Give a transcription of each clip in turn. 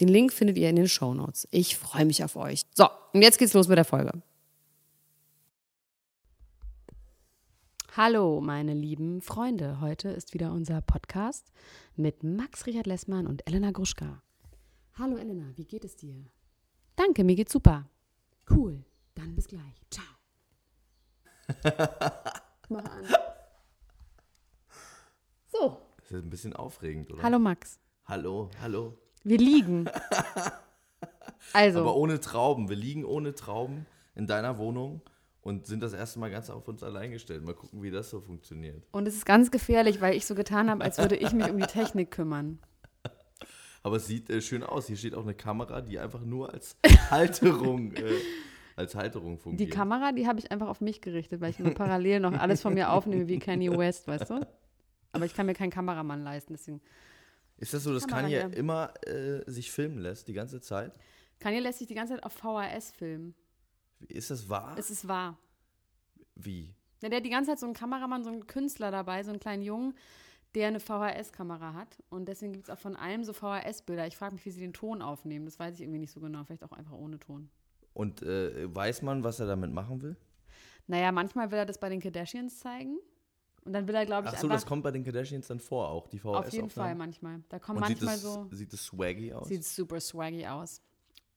Den Link findet ihr in den Shownotes. Ich freue mich auf euch. So, und jetzt geht's los mit der Folge. Hallo, meine lieben Freunde. Heute ist wieder unser Podcast mit Max Richard Lessmann und Elena Gruschka. Hallo Elena, wie geht es dir? Danke, mir geht's super. Cool, dann bis gleich. Ciao. Mach an. So, Das ist ein bisschen aufregend, oder? Hallo Max. Hallo, hallo. Wir liegen. Also, Aber ohne Trauben. Wir liegen ohne Trauben in deiner Wohnung und sind das erste Mal ganz auf uns allein gestellt. Mal gucken, wie das so funktioniert. und es ist ganz gefährlich, weil ich so getan habe, als würde ich mich um die Technik kümmern. Aber es sieht äh, schön aus. Hier steht auch eine Kamera, die einfach nur als Halterung, äh, als Halterung Die fungiert. Kamera, die habe ich einfach auf mich gerichtet, weil ich immer parallel noch alles von mir aufnehme wie Kanye West, weißt du? Aber ich kann mir keinen Kameramann leisten, deswegen. ist das so, dass Kamera, Kanye ja. immer äh, sich filmen lässt, die ganze Zeit? Kanye lässt sich die ganze Zeit auf VHS filmen. Ist das wahr? Es ist wahr. wie? Ja, der hat die ganze Zeit so einen Kameramann, so einen Künstler dabei, so einen kleinen Jungen, der eine VHS-Kamera hat. Und deswegen gibt es auch von allem so VHS-Bilder. Ich frage mich, wie sie den Ton aufnehmen. Das weiß ich irgendwie nicht so genau. Vielleicht auch einfach ohne Ton. Und äh, weiß man, was er damit machen will? Naja, manchmal will er das bei den Kardashians zeigen. Und dann will er, glaube ich, Ach so, das einfach. kommt bei den Kardashians dann vor auch, die VHS-Aufnahmen. Auf jeden Fall manchmal. Da kommen Und sieht manchmal das, so. sieht das swaggy aus? Sieht super swaggy aus.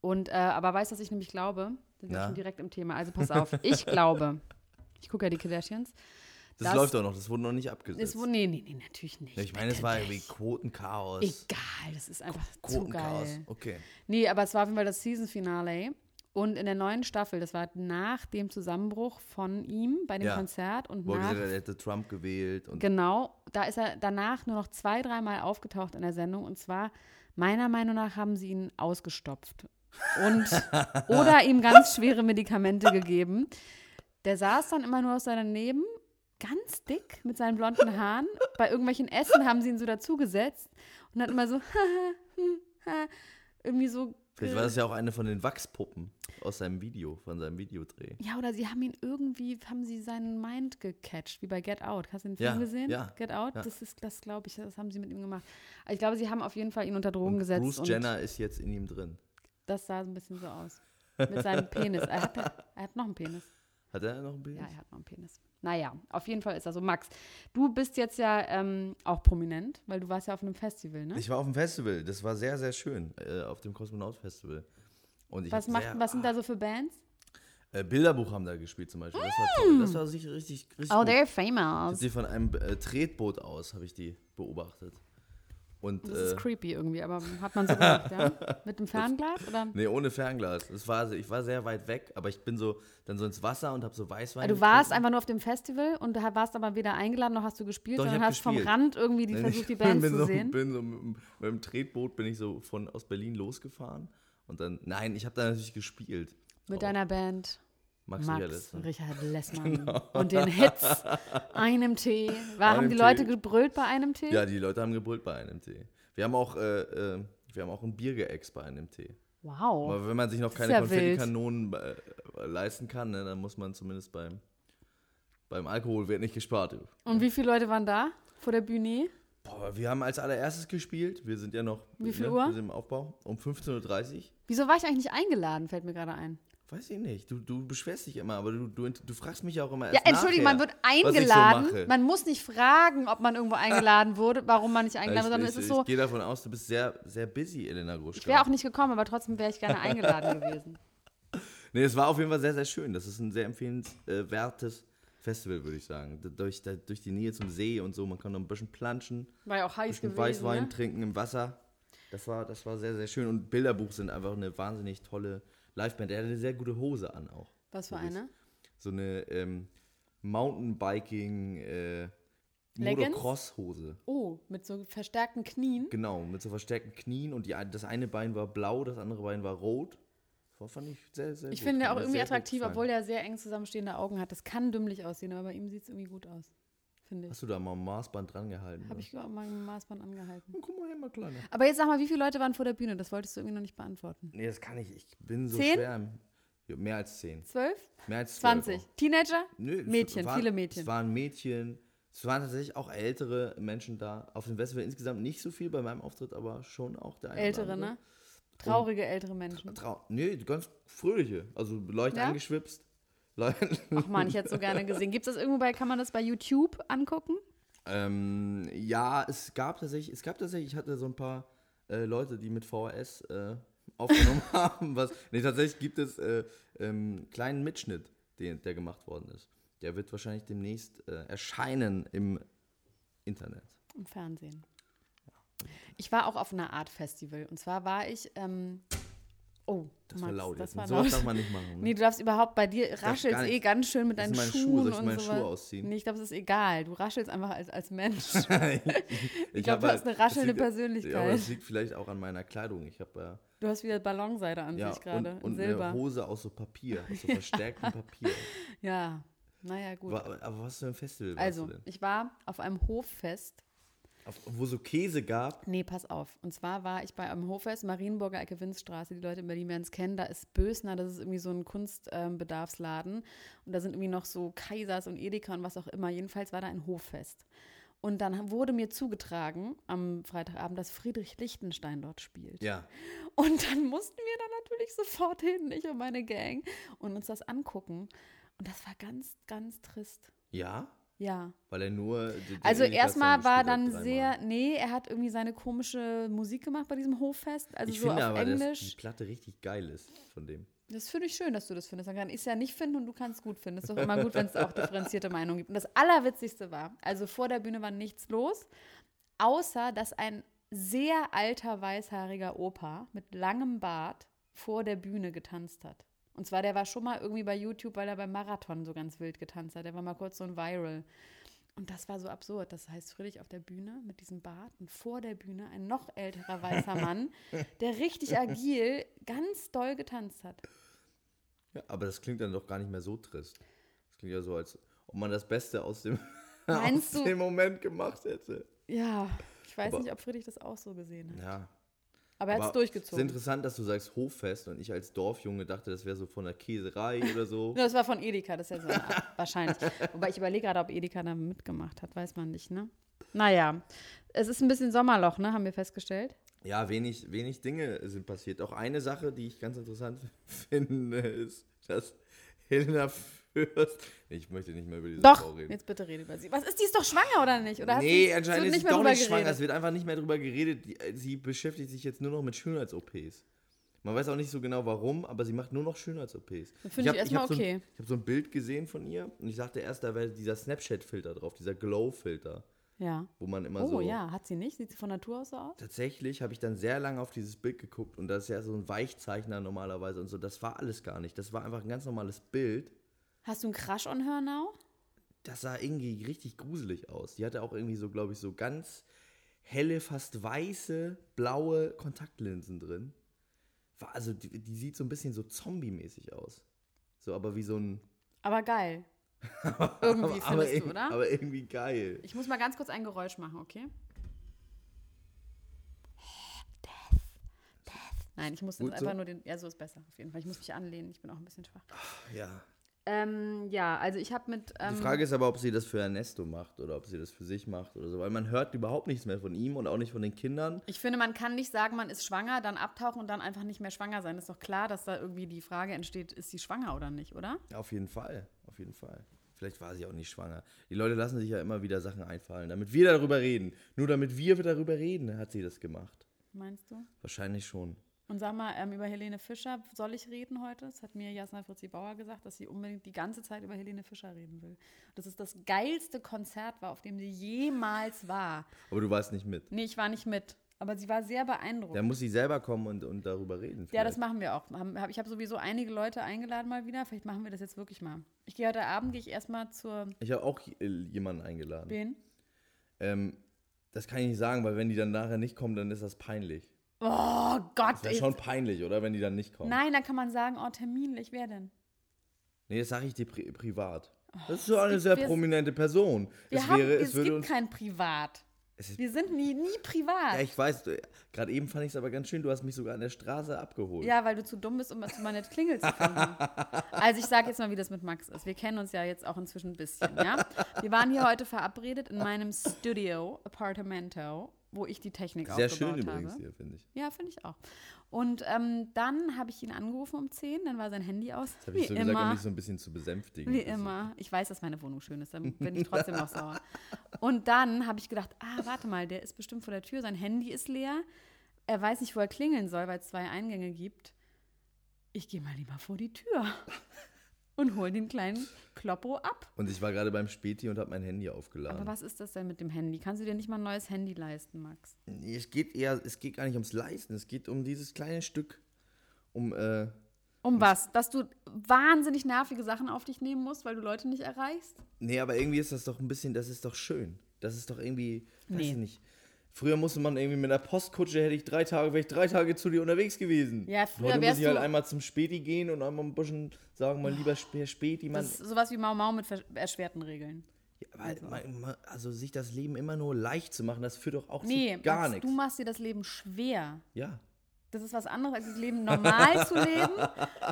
Und, äh, aber weißt du, was ich nämlich glaube? Sind wir Na? schon direkt im Thema. Also pass auf. Ich glaube. Ich gucke ja die Kardashians. Das, das- läuft auch noch, das wurde noch nicht abgesetzt. Es, wo- nee, nee, nee, natürlich nicht. Ja, ich meine, es Bitte war nicht. irgendwie Quotenchaos. Egal, das ist einfach zu Quotenchaos. geil. Okay. Nee, aber es war auf jeden Fall das Season-Finale. Und in der neuen Staffel, das war nach dem Zusammenbruch von ihm bei dem Ja. Konzert und Wo er nach, gesagt hat, er hätte Trump gewählt und genau, da ist er danach nur noch zwei, dreimal aufgetaucht in der Sendung. Und zwar, meiner Meinung nach, haben sie ihn ausgestopft. Und, oder ihm ganz schwere Medikamente gegeben. Der saß dann immer nur aus seinem Neben, ganz dick mit seinen blonden Haaren. Bei irgendwelchen Essen haben sie ihn so dazugesetzt und hat immer so, hm, ha, irgendwie so. vielleicht war das ja auch eine von den Wachspuppen aus seinem Video, von seinem Videodreh. Ja, oder sie haben ihn irgendwie, haben sie seinen Mind gecatcht, wie bei Get Out. Hast du den Ja, Film gesehen? ja, Get Out? ja. Das ist, das glaube ich, das haben sie mit ihm gemacht. Ich glaube, sie haben auf jeden Fall ihn unter Drogen Und gesetzt. Bruce und Jenner ist jetzt in ihm drin. Das sah so ein bisschen so aus. Mit seinem Penis. Er hat, er hat noch einen Penis. Hat er noch ein Bild? Ja, er hat noch einen Penis. Naja, auf jeden Fall ist er so. Max, du bist jetzt ja ähm, auch prominent, weil du warst ja auf einem Festival, ne? Ich war auf dem Festival, das war sehr, sehr schön, äh, auf dem Kosmonaut Festival. Und ich was, hab macht, sehr, was sind ah, da so für Bands? Äh, Bilderbuch haben da gespielt zum Beispiel. Das war toll. Das war sicher richtig, richtig Oh, gut. they're Ich hab famous. die von einem äh, Tretboot aus, habe ich die beobachtet. Und, Das äh, ist creepy irgendwie, aber hat man so gemacht, ja? Mit dem Fernglas? Oder? Nee, ohne Fernglas. Es war, ich war sehr weit weg, aber ich bin so dann so ins Wasser und habe so Weißwein. Also Du warst getrunken. einfach nur auf dem Festival und da warst aber weder eingeladen noch hast du gespielt, Doch, ich sondern hab hast vom gespielt. Rand irgendwie die Nein, versucht, die ich Bands bin zu so, sehen. Bin so mit, dem- mit dem Tretboot bin ich so von aus Berlin losgefahren und dann nein, ich habe da natürlich gespielt. Mit Auch deiner Band. Max, Max Ehrles. Richard Lessmann und den Hits einem Tee. War, Genau. Einem haben die Tee. Leute gebrüllt bei einem Tee? Ja, die Leute haben gebrüllt bei einem Tee. Wir haben auch äh, äh, wir haben auch ein Bier geäxt bei einem Tee. Wow. Aber wenn man sich noch Oh, ist keine ja wild. Konfettikanonen äh, äh, leisten kann, ne, dann muss man zumindest beim beim Alkohol wird nicht gespart. Und wie viele Leute waren da vor der Bühne? Boah, wir haben als allererstes gespielt. Wir sind ja noch. ne, Wie viel Wir Uhr? sind im Aufbau. Um 15.30 Uhr. Wieso war ich eigentlich nicht eingeladen, fällt mir gerade ein. Weiß ich nicht. Du, du beschwerst dich immer, aber du, du, du fragst mich auch immer Ja, erst. entschuldigung, man nachher, wird was ich so eingeladen. mache. man muss nicht fragen, ob man irgendwo eingeladen wurde, warum man nicht eingeladen wurde, sondern ich, es ich, ist so, ich gehe davon aus, du bist sehr, sehr busy, Elena Gruschka. ich wäre auch nicht gekommen, aber trotzdem wäre ich gerne eingeladen gewesen. Nee, es war auf jeden Fall sehr, sehr schön. Das ist ein sehr empfehlenswertes Festival, würde ich sagen. Da- Durch, da, durch die Nähe zum See und so. Man kann noch ein bisschen planschen, ein War ja auch heiß bisschen gewesen. Weißwein ne? trinken im Wasser. Das war, das war sehr, sehr schön. Und Bilderbuch sind einfach eine wahnsinnig tolle Liveband. Er hatte eine sehr gute Hose an auch. Was für Übrigens. eine? so eine ähm, Mountainbiking, äh, Leggings? Motocross-Hose. Oh, mit so verstärkten Knien. Genau, mit so verstärkten Knien und die, ein- das eine Bein war blau, das andere Bein war rot. Das fand ich sehr, sehr Ich gut. finde Hat er auch mir irgendwie sehr gut attraktiv, gefallen. obwohl er sehr eng zusammenstehende Augen hat. Das kann dümmlich aussehen, aber bei ihm sieht es irgendwie gut aus. Finde ich. Hast du da mal ein Maßband dran gehalten? Habe ich auch mal ein Maßband angehalten. Guck mal her, mal kleiner. Aber jetzt sag mal, wie viele Leute waren vor der Bühne? Das wolltest du irgendwie noch nicht beantworten. Nee, das kann ich. Ich bin so Zehn? schwer. im- Ja, mehr als zehn. Zwölf? Mehr als zwölf Zwanzig. auch. Teenager? Nö, es Mädchen, waren- viele Mädchen. Es waren Mädchen. Es waren tatsächlich auch ältere Menschen da. Auf dem Festival insgesamt nicht so viel bei meinem Auftritt, aber schon auch der eine oder ältere, andere. ne? Um Traurige ältere Menschen. Trau nee, ganz fröhliche. Also Leute Ja? angeschwipst. Leute. Ach man, ich hätte so gerne gesehen. Gibt es das irgendwo bei, kann man das bei YouTube angucken? Ähm, ja, es gab tatsächlich, es gab tatsächlich, ich hatte so ein paar äh, Leute, die mit VHS äh, aufgenommen haben. Was, nee, tatsächlich gibt es äh, ähm, kleinen Mitschnitt, den, der gemacht worden ist. Der wird wahrscheinlich demnächst äh, erscheinen im Internet. Im Fernsehen. Ich war auch auf einer Art Festival. Und zwar war ich. Ähm, oh, Das war Max, laut jetzt. Das war Sowas laut. darf man nicht machen. Ne? Nee, du darfst überhaupt bei dir darf raschelst gar eh nicht. ganz schön mit Das deinen sind meine Schuhe. Schuhen Soll ich und meine sowas. Schuhe ausziehen? Nee, ich glaube, es ist egal. Du raschelst einfach als, als Mensch. ich glaub, hab halt, du hast eine raschelnde das liegt- Ja, aber Persönlichkeit. das liegt vielleicht auch an meiner Kleidung. Ich äh, habe Du hast wieder Ballonseide an äh, ja sich gerade. und, in und Silber. eine Hose aus so Papier, aus so verstärktem Papier. Ja. Naja, gut. Wa- aber was für ein Festival warst also, du denn? ich war auf einem Hoffest Auf, wo so Käse gab. Nee, pass auf. Und zwar war ich bei einem Hoffest, Marienburger Ecke Winzstraße, die Leute in Berlin werden es kennen. Da ist Bösner, das ist irgendwie so ein Kunstbedarfsladen. Ähm, Bedarfsladen. und da sind irgendwie noch so Kaisers und Edeka und was auch immer. Jedenfalls war da ein Hoffest. Und dann wurde mir zugetragen am Freitagabend, dass Friedrich Lichtenstein dort spielt. Ja. Und dann mussten wir da natürlich sofort hin, ich und meine Gang, und uns das angucken. Und das war ganz, ganz trist. Ja? Ja. Weil er nur. die- die Also Indikation erstmal gespielt war hat dann dreimal. sehr, nee, er hat irgendwie seine komische Musik gemacht bei diesem Hoffest, also ich so finde auf aber, dass die Englisch. Platte richtig geil ist von dem. Das finde ich schön, dass du das findest. Dann kann ich es ja nicht finden und du kannst gut finden. Ist doch immer gut, wenn es auch differenzierte Meinungen gibt. Und das Allerwitzigste war, also vor der Bühne war nichts los, außer dass ein sehr alter weißhaariger Opa mit langem Bart vor der Bühne getanzt hat. Und zwar, der war schon mal irgendwie bei YouTube, weil er beim Marathon so ganz wild getanzt hat. Der war mal kurz so ein Viral. Und das war so absurd. Das heißt, Friedrich auf der Bühne mit diesem Bart und vor der Bühne ein noch älterer weißer Mann, der richtig agil ganz doll getanzt hat. Ja, aber das klingt dann doch gar nicht mehr so trist. Das klingt ja so, als ob man das Beste aus dem, aus Meinst du- dem Moment gemacht hätte. Ja, ich weiß Aber- nicht, ob Friedrich das auch so gesehen hat. Ja. Aber er hat es aber durchgezogen. Es ist interessant, dass du sagst Hoffest und ich als Dorfjunge dachte, das wäre so von der Käserei oder so. Nur, Das war von Edeka, das ist ja so eine Art, wahrscheinlich. Wobei ich überlege gerade, ob Edeka da mitgemacht hat, weiß man nicht, ne? Naja, es ist ein bisschen Sommerloch, ne, haben wir festgestellt. Ja, wenig, wenig Dinge sind passiert. Auch eine Sache, die ich ganz interessant finde, ist, dass Helena Fürst. Ich möchte nicht mehr über diese Frau Doch, reden. jetzt bitte rede über sie. Was ist, die ist doch schwanger, oder nicht? Oder hast du- nee, es anscheinend wird ist nicht sie mehr doch drüber nicht schwanger. geredet? Es wird einfach nicht mehr drüber geredet. Die, äh, sie beschäftigt sich jetzt nur noch mit Schönheits-OPs. Man weiß auch nicht so genau warum, aber sie macht nur noch Schönheits-OPs. finde ich erstmal so okay. Ein, ich habe so ein Bild gesehen von ihr und ich dachte erst, da wäre dieser Snapchat-Filter drauf, dieser Glow-Filter, Ja. wo man immer Oh so. ja, hat sie nicht? Sieht sie von Natur aus so aus? Tatsächlich habe ich dann sehr lange auf dieses Bild geguckt und das ist ja so ein Weichzeichner normalerweise und so. Das war alles gar nicht. Das war einfach ein ganz normales Bild. Hast du einen Crush on her now? das sah irgendwie richtig gruselig aus. Die hatte auch irgendwie so, glaube ich, so ganz helle, fast weiße, blaue Kontaktlinsen drin. War, also die, die sieht so ein bisschen so zombie-mäßig aus. So, aber wie so ein. Aber geil. Irgendwie findest aber, du, irg- oder? aber irgendwie geil. ich muss mal ganz kurz ein Geräusch machen, okay? Nein, ich muss jetzt Gut so? einfach nur den. Ja, so ist besser, auf jeden Fall. Ich muss mich anlehnen, ich bin auch ein bisschen schwach. Ja. Ähm, ja, also ich habe mit. Ähm, Die Frage ist aber, ob sie das für Ernesto macht oder ob sie das für sich macht oder so, weil man hört überhaupt nichts mehr von ihm und auch nicht von den Kindern. ich finde, man kann nicht sagen, man ist schwanger, dann abtauchen und dann einfach nicht mehr schwanger sein. Ist doch klar, dass da irgendwie die Frage entsteht, ist sie schwanger oder nicht, oder? Ja, Auf jeden Fall, auf jeden Fall. Vielleicht war sie auch nicht schwanger. Die Leute lassen sich ja immer wieder Sachen einfallen, damit wir darüber reden. Nur damit wir darüber reden, hat sie das gemacht. Meinst du? Wahrscheinlich schon. Und sag mal, ähm, über Helene Fischer soll ich reden heute? Das hat mir Jasna Fritzi Bauer gesagt, dass sie unbedingt die ganze Zeit über Helene Fischer reden will. Das ist das geilste Konzert war, auf dem sie jemals war. Aber du warst nicht mit. Nee, ich war nicht mit. Aber sie war sehr beeindruckt. Da muss sie selber kommen und, und darüber reden. Ja, das vielleicht. machen wir auch. Haben- hab- Ich habe sowieso einige Leute eingeladen mal wieder. Vielleicht machen wir das jetzt wirklich mal. Ich gehe heute Abend, gehe ich erstmal zur Ich habe auch äh, jemanden eingeladen. Wen? Ähm, das kann ich nicht sagen, weil wenn die dann nachher nicht kommen, dann ist das peinlich. Oh Gott. Das ist Ey. ja schon peinlich, oder? Wenn die dann nicht kommen. Nein, dann kann man sagen, oh, terminlich, wer denn? Nee, das sage ich dir pri privat. Das ist so eine sehr Oh, wir- prominente Person. Wir es haben, wäre, es, es würde gibt uns. kein Privat. Es ist- Wir sind nie, nie privat. Ja, Ja, ich weiß, du- gerade eben fand ich es aber ganz schön, du hast mich sogar an der Straße abgeholt. weil du zu dumm bist, um mal zu meiner Klingel zu finden. Also ich sage jetzt mal, wie das mit Max ist. Wir kennen uns ja jetzt auch inzwischen ein bisschen, ja? Wir waren hier heute verabredet in meinem Studio, Apartamento, wo ich die Technik Sehr aufgebaut schön übrigens habe. hier, finde ich. Ja, finde ich auch. Und ähm, dann habe ich ihn angerufen um 10, dann war sein Handy aus. Das habe Wie ich so immer. gesagt, um dich so ein bisschen zu besänftigen. Also, Wie Das ist- immer. Ich weiß, dass meine Wohnung schön ist, dann bin ich trotzdem noch sauer. Und dann habe ich gedacht, ah, warte mal, der ist bestimmt vor der Tür, sein Handy ist leer. Er weiß nicht, wo er klingeln soll, weil es zwei Eingänge gibt. Ich gehe mal lieber vor die Tür und hol den kleinen Kloppo ab. Und ich war gerade beim Späti und habe mein Handy Aber aufgeladen. was ist das denn mit dem Handy? Kannst du dir nicht mal ein neues Handy leisten, Max? Nee, Es geht eher, es geht gar nicht ums Leisten, es geht um dieses kleine Stück, um äh, Um was? Dass du wahnsinnig nervige Sachen auf dich nehmen musst, weil du Leute nicht erreichst? Nee, aber irgendwie ist das doch ein bisschen, das ist doch schön. Das ist doch irgendwie, weiß Nee. ich nicht. Früher musste man irgendwie mit einer Postkutsche, hätte ich drei Tage, wäre ich drei Tage zu dir unterwegs gewesen. Ja, früher Heute muss wärst ich halt du- einmal zum Späti gehen und einmal ein bisschen sagen, mein lieber Sp- Herr Späti, man, Das ist sowas wie Mau Mau mit versch- erschwerten Regeln. Ja, weil, man, man, also sich das Leben immer nur leicht zu machen, das führt doch auch Nee, zu gar Max, nichts. du machst dir das Leben schwer. Ja, Das ist was anderes als das Leben normal zu leben.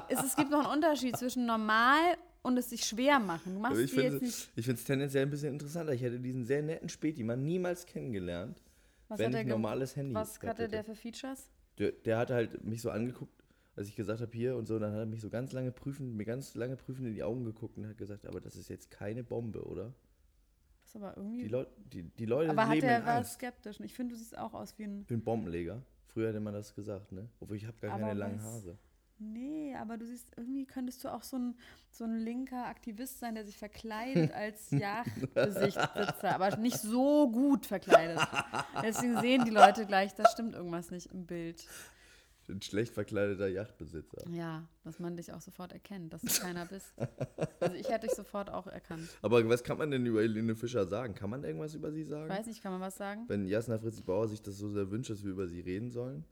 Es, es gibt noch einen Unterschied zwischen normal und es sich schwer machen. Du machst Also ich dir jetzt finde nicht. es tendenziell ein bisschen interessanter. Ich hätte diesen sehr netten Späti man niemals kennengelernt, Was wenn hat ich er ein ge- normales Handy Was gehabt hatte der hätte. für Features? Der, der hat halt mich so angeguckt, als ich gesagt habe, hier und so, und dann hat er mich so ganz lange prüfend, mir ganz lange prüfend in die Augen geguckt und hat gesagt, aber das ist jetzt keine Bombe, oder? Das ist aber Die, irgendwie. Leut, die, die Leute Aber hat leben er in war Angst. skeptisch. Ich finde, du siehst auch aus wie ein. Ich bin Bombenleger. Früher hätte man das gesagt, ne? Obwohl ich habe gar Aber keine langen was- Haare. Nee, aber du siehst, irgendwie könntest du auch so ein, so ein linker Aktivist sein, der sich verkleidet als Jagdbesitzer, aber nicht so gut verkleidet. Deswegen sehen die Leute gleich, da stimmt irgendwas nicht im Bild. Ein schlecht verkleideter Yachtbesitzer. Ja, dass man dich auch sofort erkennt, dass du keiner bist. Also ich hätte dich sofort auch erkannt. Aber was kann man denn über Helene Fischer sagen? Kann man irgendwas über sie sagen? Ich weiß nicht, kann man was sagen? Wenn Jasna Fritzi Bauer sich das so sehr wünscht, dass wir über sie reden sollen.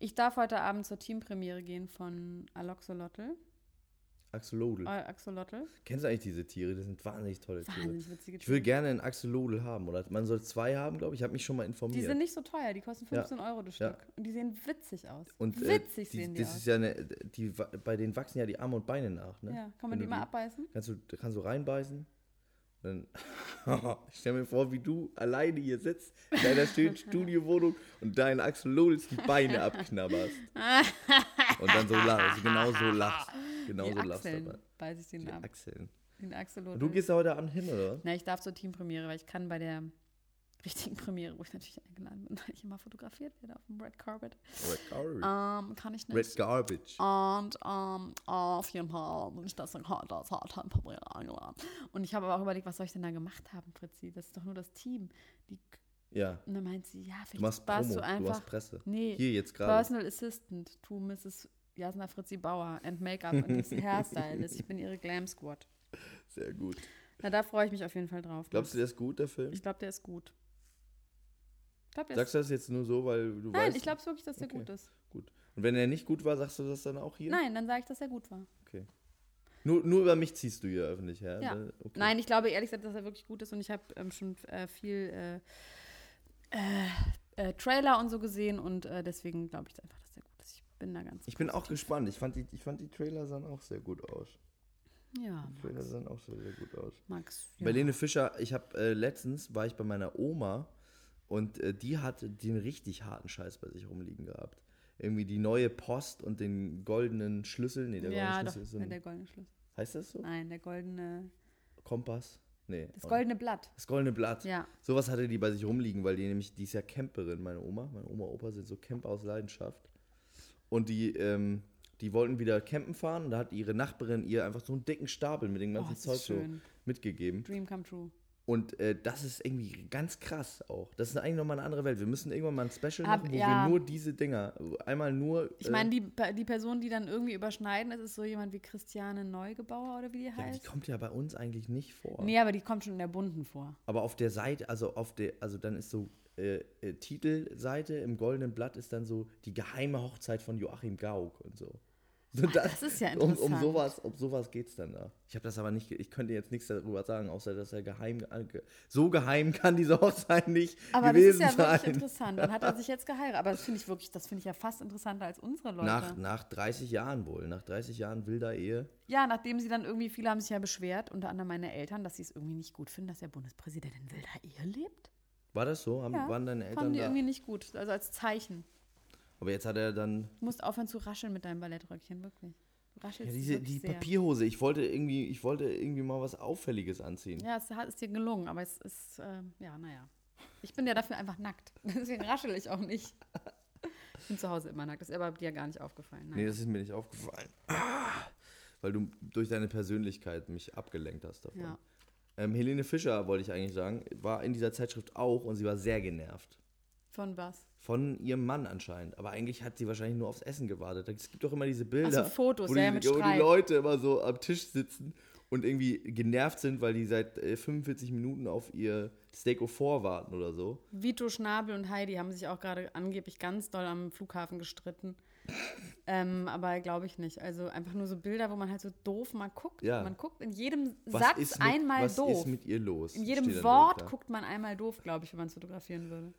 Ich darf heute Abend zur Teampremiere gehen von Aloxolotl. Axolotl. Äh, Axolotl. Kennst du eigentlich diese Tiere? Das sind wahnsinnig tolle Tiere. Wahnsinnig witzige Ich will Typen. gerne einen Axolotl haben. Oder man soll zwei haben, glaube ich. Ich habe mich schon mal Die informiert. sind nicht so teuer, die kosten 15 Euro das Ja. Stück. Und die sehen witzig aus. und, äh, witzig die, sehen die das aus. ist ja eine, die, wa- bei denen wachsen ja die Arme und Beine nach. Ne? Ja, kann man Wenn die du mal abbeißen? Kannst du, kannst du reinbeißen? Dann, ich stell mir vor, wie du alleine hier sitzt in deiner schönen Studiowohnung und deinen Axolotls die Beine abknabberst. Und dann so lachst, genau so lachst. Genau die so lachst Achseln genau. dabei. beiß ich den Die ab. Achseln. Den Axolotl. Und du gehst da heute Abend hin, oder? was? Na, ich darf zur Teampremiere, weil ich kann bei der richtigen Premiere, wo ich natürlich eingeladen bin, weil ich immer fotografiert werde auf dem Red Carpet, Red Garbage. ähm, kann ich nicht. Red Garbage. Und ähm, auf jeden Fall bin ich deswegen heute als Hardtime-Premiere eingeladen. Und ich habe aber auch überlegt, was soll ich denn da gemacht haben, Fritzi? Das ist doch nur das Team. Die, Ja. und dann meint sie, ja, Du vielleicht machst warst Promo, du einfach. du machst Presse. Nee, Hier jetzt gerade. Personal Assistant to Mrs. Jasna Fritzi Bauer and Make-up and this Hairstylist. Ich bin ihre Glam Squad. Sehr gut. Na, da freue ich mich auf jeden Fall drauf. Glaubst du, der ist gut, der Film? Ich glaube, der ist gut. Ich glaube, der Sagst ist du das jetzt nur so, weil du Nein, weißt? ich glaube wirklich, dass der Okay. gut ist. Gut. Und wenn er nicht gut war, sagst du das dann auch hier? Nein, dann sage ich, dass er gut war. Okay. Nur, nur über mich ziehst du hier öffentlich her. Ja. ne? Okay. Nein, ich glaube ehrlich gesagt, dass er wirklich gut ist und ich habe ähm, schon äh, viel äh, äh, äh, Trailer und so gesehen und äh, deswegen glaube ich einfach, dass der gut ist. Ich bin da ganz. Ich bin auch gespannt. Ich fand, die, ich fand die Trailer sahen auch sehr gut aus. Ja, Die Trailer sahen auch sehr, sehr gut aus. Max. Ja. Berlene Fischer, ich habe äh, letztens, war ich bei meiner Oma und äh, die hat den richtig harten Scheiß bei sich rumliegen gehabt. Irgendwie die neue Post und den goldenen Schlüssel. Nee, der ja, goldene doch, Schlüssel ist so ne, der ein, goldene Schlüssel. Heißt das so? Nein, der goldene. Kompass? Nee. Das auch nicht. goldene Blatt. Das goldene Blatt. Ja. Sowas hatte die bei sich rumliegen, weil die nämlich, die ist ja Camperin, meine Oma. Meine Oma und Opa sind so Camper aus Leidenschaft. Und die, ähm, die wollten wieder campen fahren und da hat ihre Nachbarin ihr einfach so einen dicken Stapel mit dem Oh, ganzen das Zeug ist so schön. mitgegeben. Dream come true. Und äh, das ist irgendwie ganz krass auch. Das ist eigentlich nochmal eine andere Welt. Wir müssen irgendwann mal ein Special Ab- machen, wo ja. wir nur diese Dinger, einmal nur. äh, Ich meine, die, Pe- die Personen, die dann irgendwie überschneiden, das ist so jemand wie Christiane Neugebauer oder wie die äh, ja, die heißt. kommt ja bei uns eigentlich nicht vor. nee, aber die kommt schon in der bunten vor. Aber auf der Seite, also auf der, also dann ist so äh, äh, Titelseite im goldenen Blatt ist dann so die geheime Hochzeit von Joachim Gauck und so. So da- das ist ja Um, um interessant. sowas, um sowas geht's dann da. Ich habe das aber nicht, ge- ich könnte jetzt nichts darüber sagen, außer dass er geheim, äh, ge- so geheim kann diese Hochzeit nicht Aber das gewesen ist ja wirklich sein. interessant. Dann hat er sich jetzt geheiratet. Aber das finde ich wirklich, das finde ich ja fast interessanter als unsere Leute. Nach, nach 30 Jahren wohl, nach 30 Jahren wilder Ehe. Ja, nachdem sie dann irgendwie, viele haben sich ja beschwert, unter anderem meine Eltern, dass sie es irgendwie nicht gut finden, dass der Bundespräsident in wilder Ehe lebt. War das so? Haben, Ja, waren deine Fanden Eltern die da? irgendwie nicht gut, also als Zeichen. Aber jetzt hat er dann Du musst aufhören zu rascheln mit deinem Ballettröckchen, wirklich. Du ja, raschelst diese, wirklich die sehr. Papierhose. Ich wollte irgendwie, ich wollte irgendwie mal was Auffälliges anziehen. Ja, es hat es dir gelungen, aber es ist, ähm, ja, naja. Ich bin ja dafür einfach nackt. Deswegen raschel ich auch nicht. Ich bin zu Hause immer nackt. Das ist aber dir gar nicht aufgefallen. Nein. Nee, das ist mir nicht aufgefallen. Ah, Weil du durch deine Persönlichkeit mich abgelenkt hast davon. Ja. Ähm, Helene Fischer, wollte ich eigentlich sagen, war in dieser Zeitschrift auch und sie war sehr genervt. Von was? Von ihrem Mann anscheinend. Aber eigentlich hat sie wahrscheinlich nur aufs Essen gewartet. Es gibt doch immer diese Bilder, Ach so, Fotos, wo, ja, die, ja, mit wo die Streit. Leute immer so am Tisch sitzen und irgendwie genervt sind, weil die seit äh, 45 Minuten auf ihr Steak au Four warten oder so. Vito Schnabel und Heidi haben sich auch gerade angeblich ganz doll am Flughafen gestritten. ähm, aber glaube ich nicht. Also einfach nur so Bilder, wo man halt so doof mal guckt. Ja. Man guckt in jedem Was Satz ist mit, einmal was doof. ist mit ihr los? in Steht jedem dann Wort da. guckt man einmal doof, glaube ich, wenn man es fotografieren würde.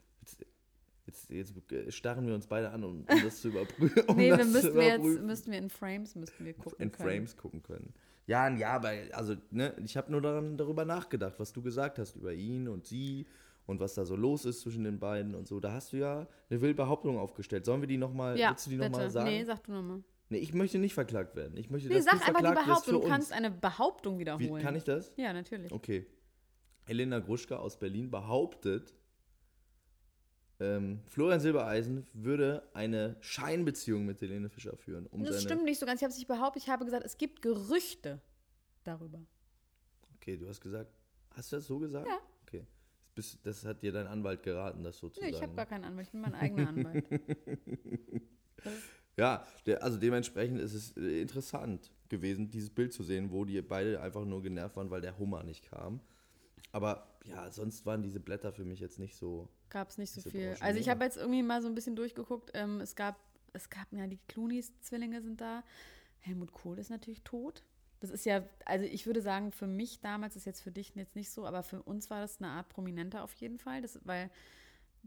Jetzt, jetzt äh, starren wir uns beide an, um, um das zu überprüfen. Um nee, wir das zu müssten wir jetzt überprüfen. müssten wir in Frames müssten wir gucken in können. Frames gucken können. Ja, ja, aber also, ne, ich habe nur daran, darüber nachgedacht, was du gesagt hast über ihn und sie und was da so los ist zwischen den beiden und so. Da hast du ja eine wilde Behauptung aufgestellt. Sollen wir die nochmal, Ja, willst du die bitte. nochmal sagen? Nee, sag du nochmal. Nee, ich möchte nicht verklagt werden. Ich möchte, Nee, dass sag du einfach die verklagt wirst für Behauptung. Du uns. kannst eine Behauptung wiederholen. Wie, kann ich das? Ja, natürlich. Okay. Elena Gruschka aus Berlin behauptet, ähm, Florian Silbereisen würde eine Scheinbeziehung mit Helene Fischer führen. Um das seine stimmt nicht so ganz. Ich habe es nicht behauptet. Ich habe gesagt, es gibt Gerüchte darüber. Okay, du hast gesagt, hast du das so gesagt? Ja. Okay. Das, bist, das hat dir dein Anwalt geraten, das so zu Nee, sagen. ich habe ne? gar keinen Anwalt. Ich bin mein eigener Anwalt. ja, der, also dementsprechend ist es äh, interessant gewesen, dieses Bild zu sehen, wo die beide einfach nur genervt waren, weil der Hummer nicht kam. Aber ja, sonst waren diese Blätter für mich jetzt nicht so. Gab es nicht so Ist ja viel. Branchen, Also ich ja. habe jetzt irgendwie mal so ein bisschen durchgeguckt. Ähm, es gab, es gab, ja, die Clooney-Zwillinge sind da. Helmut Kohl ist natürlich tot. Das ist ja, also ich würde sagen, für mich damals ist jetzt für dich jetzt nicht so, aber für uns war das eine Art Prominenter auf jeden Fall, das, weil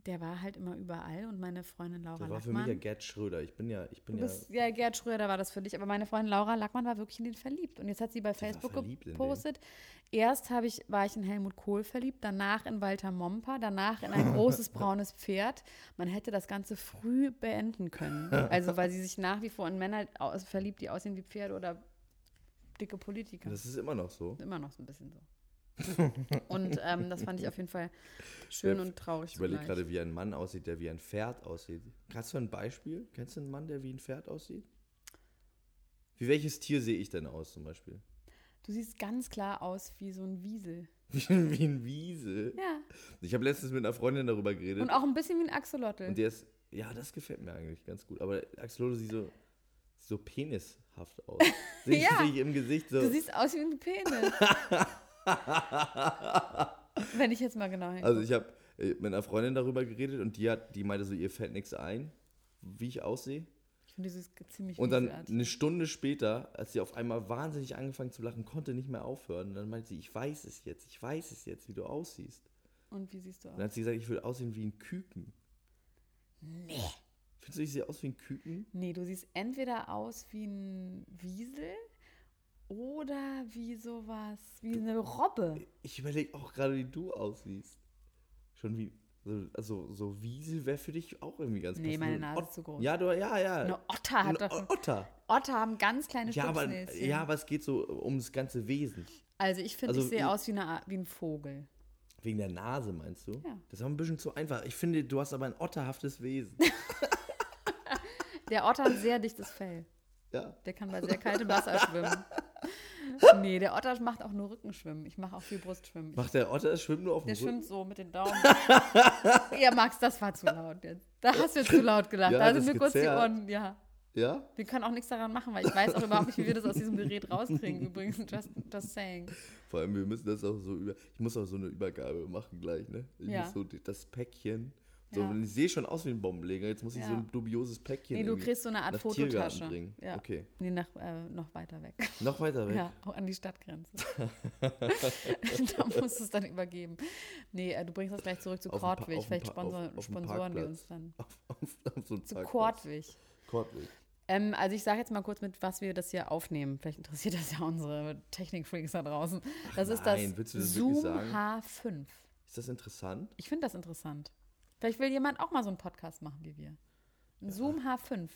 der war halt immer überall und meine Freundin Laura Das war für mich Lackmann. ja Gerd Schröder. Ich bin ja, ich bin Oh, Du ja. bist, ja, Gerd Schröder war das für dich, aber meine Freundin Laura Lackmann war wirklich in den verliebt. Und jetzt hat sie bei Facebook verliebt in den? gepostet. Erst habe ich, war ich in Helmut Kohl verliebt, danach in Walter Momper, danach in ein großes braunes Pferd. Man hätte das Ganze früh beenden können. Also, weil sie sich nach wie vor in Männer aus, verliebt, die aussehen wie Pferde oder dicke Politiker. Das ist immer noch so. Immer noch so ein bisschen so. Und ähm, das fand ich auf jeden Fall schön Ja, und traurig. Ich überlege zugleich. gerade, wie ein Mann aussieht, der wie ein Pferd aussieht. Hast du ein Beispiel? Kennst du einen Mann, der wie ein Pferd aussieht? Wie welches Tier sehe ich denn aus zum Beispiel? Du siehst ganz klar aus wie so ein Wiesel. Wie, wie ein Wiesel. Ja. Ich habe letztens mit einer Freundin darüber geredet. Und Und, auch ein bisschen wie ein Axolotl. der ist, ja, das gefällt mir eigentlich ganz gut. Aber Axolotl sieht so, so penishaft aus. Sehe ich, Ja. sehe ich im Gesicht so. Du siehst aus wie ein Penis. Wenn ich jetzt mal genau hingucke. Also ich habe äh, mit einer Freundin darüber geredet und die hat, die meinte so, ihr fällt nichts ein, wie ich aussehe. ich finde, du siehst ziemlich Und dann wieselartig. eine Stunde später, als sie auf einmal wahnsinnig angefangen zu lachen, konnte nicht mehr aufhören. Und dann meinte sie, ich weiß es jetzt, ich weiß es jetzt, wie du aussiehst. Und wie siehst du Und dann aus? hat sie gesagt, ich will aussehen wie ein Küken. Nee. Findest du, ich sehe aus wie ein Küken? Nee, du siehst entweder aus wie ein Wiesel oder wie sowas, wie eine Robbe. Ich überlege auch gerade, wie du aussiehst. Schon wie. so- Also, so Wiesel wäre für dich auch irgendwie ganz Nee, passend. meine Ein Nase Ot- ist zu groß. Ja, du, ja, ja. Eine Otter hat Ein doch... Äh, O- Otter. Otter haben ganz kleine Ja aber, Stupsnäschen. ja, aber es geht so um das ganze Wesen. also ich finde, also ich sehe wie- aus wie, eine, Art- wie ein Vogel. Wegen der Nase, meinst du? Ja. Das ist auch ein bisschen zu einfach. Ich finde, du hast aber ein otterhaftes Wesen. Der Otter hat ein sehr dichtes Fell. ja. Der kann bei sehr kaltem Wasser schwimmen. Nee, der Otter macht auch nur Rückenschwimmen. Ich mache auch viel Brustschwimmen. Ich, Macht der Otter das Schwimmen nur auf dem der Rücken? schwimmt so mit den Daumen. ja, Max, das war zu laut jetzt. Da hast du jetzt zu laut gelacht. Ja, da das sind mir kurz die gezerrt. Ohren. Ja. Ja? Wir können auch nichts daran machen, weil ich weiß auch überhaupt nicht, wie wir das aus diesem Gerät rauskriegen. Übrigens, just, just saying. Vor allem, wir müssen das auch so über. Ich muss auch so eine Übergabe machen gleich, ne? Ich Ja. muss so die- das Päckchen. So, Ja. und ich sehe schon aus wie ein Bombenleger, jetzt muss ich so Ja. ein dubioses Päckchen. Nee, du irgendwie kriegst so eine Art nach Fototasche. Tiergarten bringen. Ja. Okay. Nee, nach, äh, noch weiter weg. Noch weiter weg. Ja, auch an die Stadtgrenze. da musst du es dann übergeben. Nee, äh, du bringst das gleich zurück zu Auf dem Pa- Kortwig. auf dem Vielleicht Pa- sponsor, auf- auf dem sponsoren wir Parkplatz. uns dann. Auf, auf, auf so einen Zu Parkplatz. Kortwig. Kortweg. Ähm, also ich sage jetzt mal kurz, mit was wir das hier aufnehmen. Vielleicht interessiert das ja unsere Technikfreaks da draußen. Das ist nein, das willst du das wirklich Zoom sagen? H5. Ist das interessant? Ich finde das interessant. Vielleicht will jemand auch mal so einen Podcast machen wie wir. Ein Zoom H5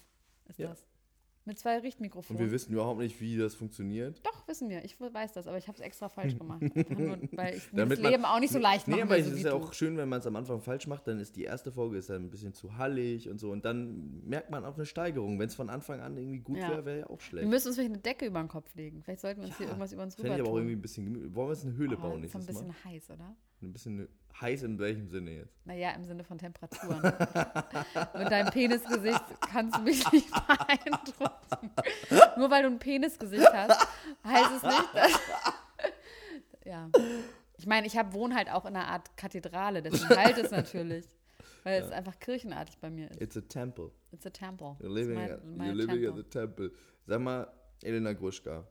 ist Ja. das. Mit zwei Und Richtmikrofonen. wir wissen überhaupt nicht, wie das funktioniert. Doch, wissen wir. Ich weiß das, aber ich habe es extra falsch gemacht. Einfach nur, weil ich mir Damit das man- Leben auch nicht so leicht Nee, machen aber will, es so ist wie ja du. auch schön, wenn man es am Anfang falsch macht, dann ist die erste Folge ist dann ein bisschen zu hallig und so. Und dann merkt man auch eine Steigerung. Wenn es von Anfang an irgendwie gut Ja. wäre, wäre ja auch Wir schlecht. müssen uns vielleicht eine Decke über den Kopf legen. Vielleicht sollten wir uns hier irgendwas über uns Fände rüber ich aber auch irgendwie tun. ein bisschen gemütlich. Wollen wir jetzt eine Höhle Oh, bauen das ist ein nächstes bisschen Mal? heiß, oder? Ein bisschen heiß in welchem Sinne jetzt? Naja, im Sinne von Temperaturen. Mit deinem Penisgesicht kannst du mich nicht beeindrucken. Nur weil du ein Penisgesicht hast, heißt es nicht, dass. Ja. Ich meine, ich hab, wohne halt auch in einer Art Kathedrale, deswegen halt es natürlich. Weil es einfach kirchenartig bei mir ist. It's a temple. It's a temple. You're It's living, my- at, my you're living at temple. the temple. Sag mal, Elena Gruschka,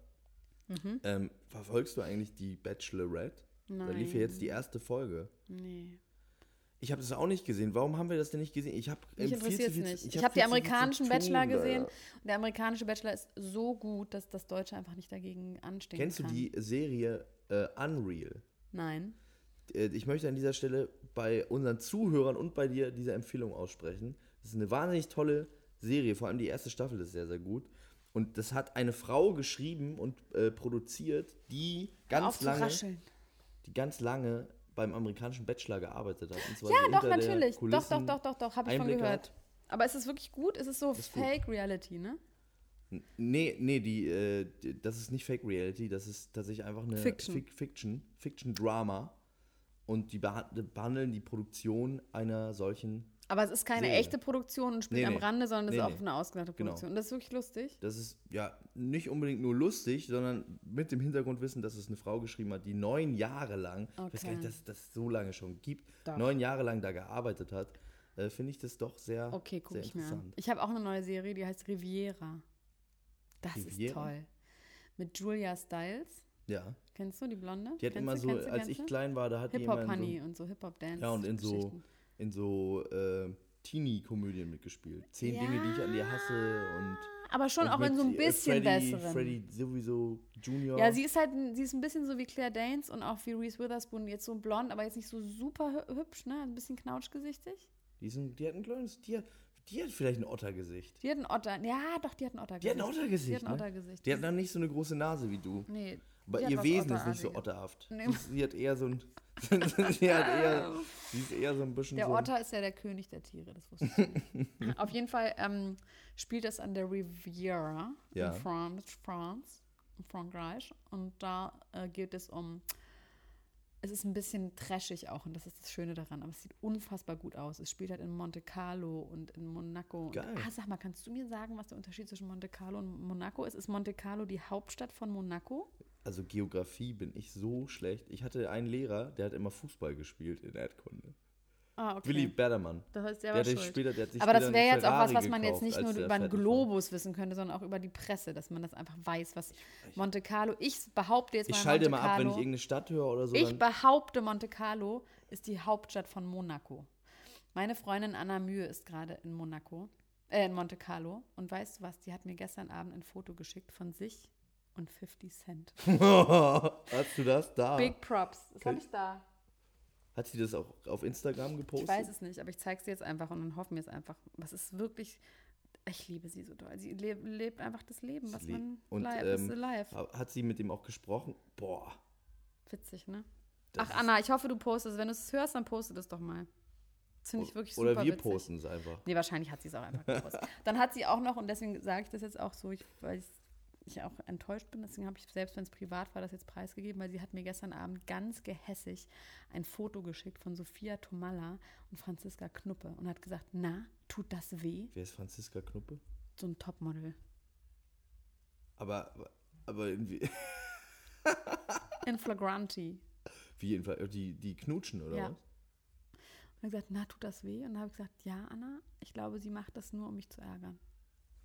Mhm. ähm, verfolgst du eigentlich die Bachelorette? Da lief ja jetzt die erste Folge. Nee. Ich habe das auch nicht gesehen. Warum haben wir das denn nicht gesehen? Ich habe Mich interessiert es nicht. Ich, habe viel die zu viel zu tun, amerikanischen Bachelor Alter. gesehen. Und der amerikanische Bachelor ist so gut, dass das Deutsche einfach nicht dagegen anstehen Kennst du kann. die Serie äh, Unreal? Nein. Äh, Ich möchte an dieser Stelle bei unseren Zuhörern und bei dir diese Empfehlung aussprechen. Das ist eine wahnsinnig tolle Serie, vor allem die erste Staffel ist sehr, sehr gut. Und das hat eine Frau geschrieben und äh, produziert, die ganz Auf zu lange rascheln. die ganz lange beim amerikanischen Bachelor gearbeitet hat. Und zwar Ja, so Ah, doch, hinter der natürlich. Doch, doch, Kulissen doch, doch, doch, habe ich Einblicke schon gehört. hat. Aber ist es wirklich gut? Ist es so Ist gut. Fake Reality, ne? Nee, nee, die, äh, die- das ist nicht Fake Reality, das ist tatsächlich einfach eine Fiction. Fic Fiction, Fiction Drama. Und die beha- behandeln die Produktion einer solchen. Aber es ist keine Serie. echte Produktion und spielt Nee, nee. am Rande, sondern es Nee, ist nee. auch eine ausgedachte Genau. Produktion. Und das ist wirklich lustig. Das ist ja nicht unbedingt nur lustig, sondern mit dem Hintergrundwissen, dass es eine Frau geschrieben hat, die neun Jahre lang, ich weiß gar Okay. nicht, dass es das so lange schon gibt, Doch. neun Jahre lang da gearbeitet hat, äh, finde ich das doch sehr, Okay, guck sehr ich mir an. interessant. Ich habe auch eine neue Serie, die heißt Riviera. Das ist Riviera? toll. Mit Julia Stiles. Ja. Kennst du die Blonde? Die hat kennst immer du, so, kennst du, als kennst ich du? klein war, da hat die immer in so, Hip-Hop-Honey und so Hip-Hop-Dance. Ja, und in so, Geschichten. in so äh, Teenie-Komödien mitgespielt. Zehn Dinge, die ich an dir hasse und. Aber schon und auch in so ein mit, äh, bisschen Freddy, besseren. Freddy sowieso Junior. Ja, sie ist halt, ein- sie ist ein bisschen so wie Claire Danes und auch wie Reese Witherspoon. Jetzt so blond, aber jetzt nicht so super hü- hübsch, ne? Ein bisschen knautschgesichtig. die, ist ein, die hat ein kleines. Die hat, die hat vielleicht ein Ottergesicht. Die hat einen Otter. Ja, doch, die hat einen Otter. Die hat ein Ottergesicht. Die hat ein ne? Ottergesicht. Die hat dann nicht so eine große Nase wie du. Nee. Aber die hat ihr was Wesen ist nicht so Otterartiges. otterhaft. Nee. Sie, ist- sie hat eher so ein. sie hat eher. Sie ist eher so ein bisschen. Der so ein- Otter ist ja der König der Tiere, das wusste ich nicht. Auf jeden Fall ähm, spielt das an der Riviera Ja. in France, France, in Frankreich. Und da äh, geht es um. Es ist ein bisschen trashig auch und das ist das Schöne daran, aber es sieht unfassbar gut aus. Es spielt halt in Monte Carlo und in Monaco. Geil. Und, ah, sag mal, kannst du mir sagen, was der Unterschied zwischen Monte Carlo und Monaco ist? Ist Monte Carlo die Hauptstadt von Monaco? Also Geografie bin ich so schlecht. Ich hatte einen Lehrer, der hat immer Fußball gespielt in Erdkunde. Ah, okay. Willi Berdermann. das heißt, Der der war hat sich schuld. später, der hat sich Aber das später wäre einen jetzt auch was, Ferrari was man jetzt gekauft, nicht als nur der über einen fertig war. Globus wissen könnte, sondern auch über die Presse, dass man das einfach weiß, was Monte Carlo. Ich behaupte jetzt mal, Ich schalte Monte immer ab, wenn ich Carlo. irgendeine Stadt höre oder so. ich dann- behaupte, Monte Carlo ist die Hauptstadt von Monaco. Meine Freundin Anna Mühe ist gerade in Monaco, äh, in Monte Carlo. Und weißt du was? Die hat mir gestern Abend ein Foto geschickt von sich und 50 Cent. Hast du das da? Big Props. Das Kann- habe ich da. Hat sie das auch auf Instagram gepostet? Ich weiß es nicht, aber ich zeige es dir jetzt einfach und dann hoffen wir es einfach. Was ist wirklich. Ich liebe sie so doll. Sie le lebt einfach das Leben, was Sie- man. und, live ähm, ist alive. Ha- Hat sie mit dem auch gesprochen? Boah. Witzig, ne? das Ach, Anna, ich hoffe, du postest. Wenn du es hörst, dann poste das doch mal. Das finde ich wirklich super. Oder wir witzig. posten es einfach. Nee, wahrscheinlich hat sie es auch einfach gepostet. dann hat sie auch noch, und deswegen sage ich das jetzt auch so, ich weiß, ich auch enttäuscht bin. Deswegen habe ich, selbst wenn es privat war, das jetzt preisgegeben, weil sie hat mir gestern Abend ganz gehässig ein Foto geschickt von Sophia Tomalla und Franziska Knuppe und hat gesagt, na, tut das weh? Wer ist Franziska Knuppe? So ein Topmodel. Aber, aber irgendwie, In flagranti. wie jedenfalls, die, die knutschen oder Ja. was? Und hat gesagt, na, tut das weh? Und dann habe ich gesagt, ja, Anna, ich glaube, sie macht das nur, um mich zu ärgern.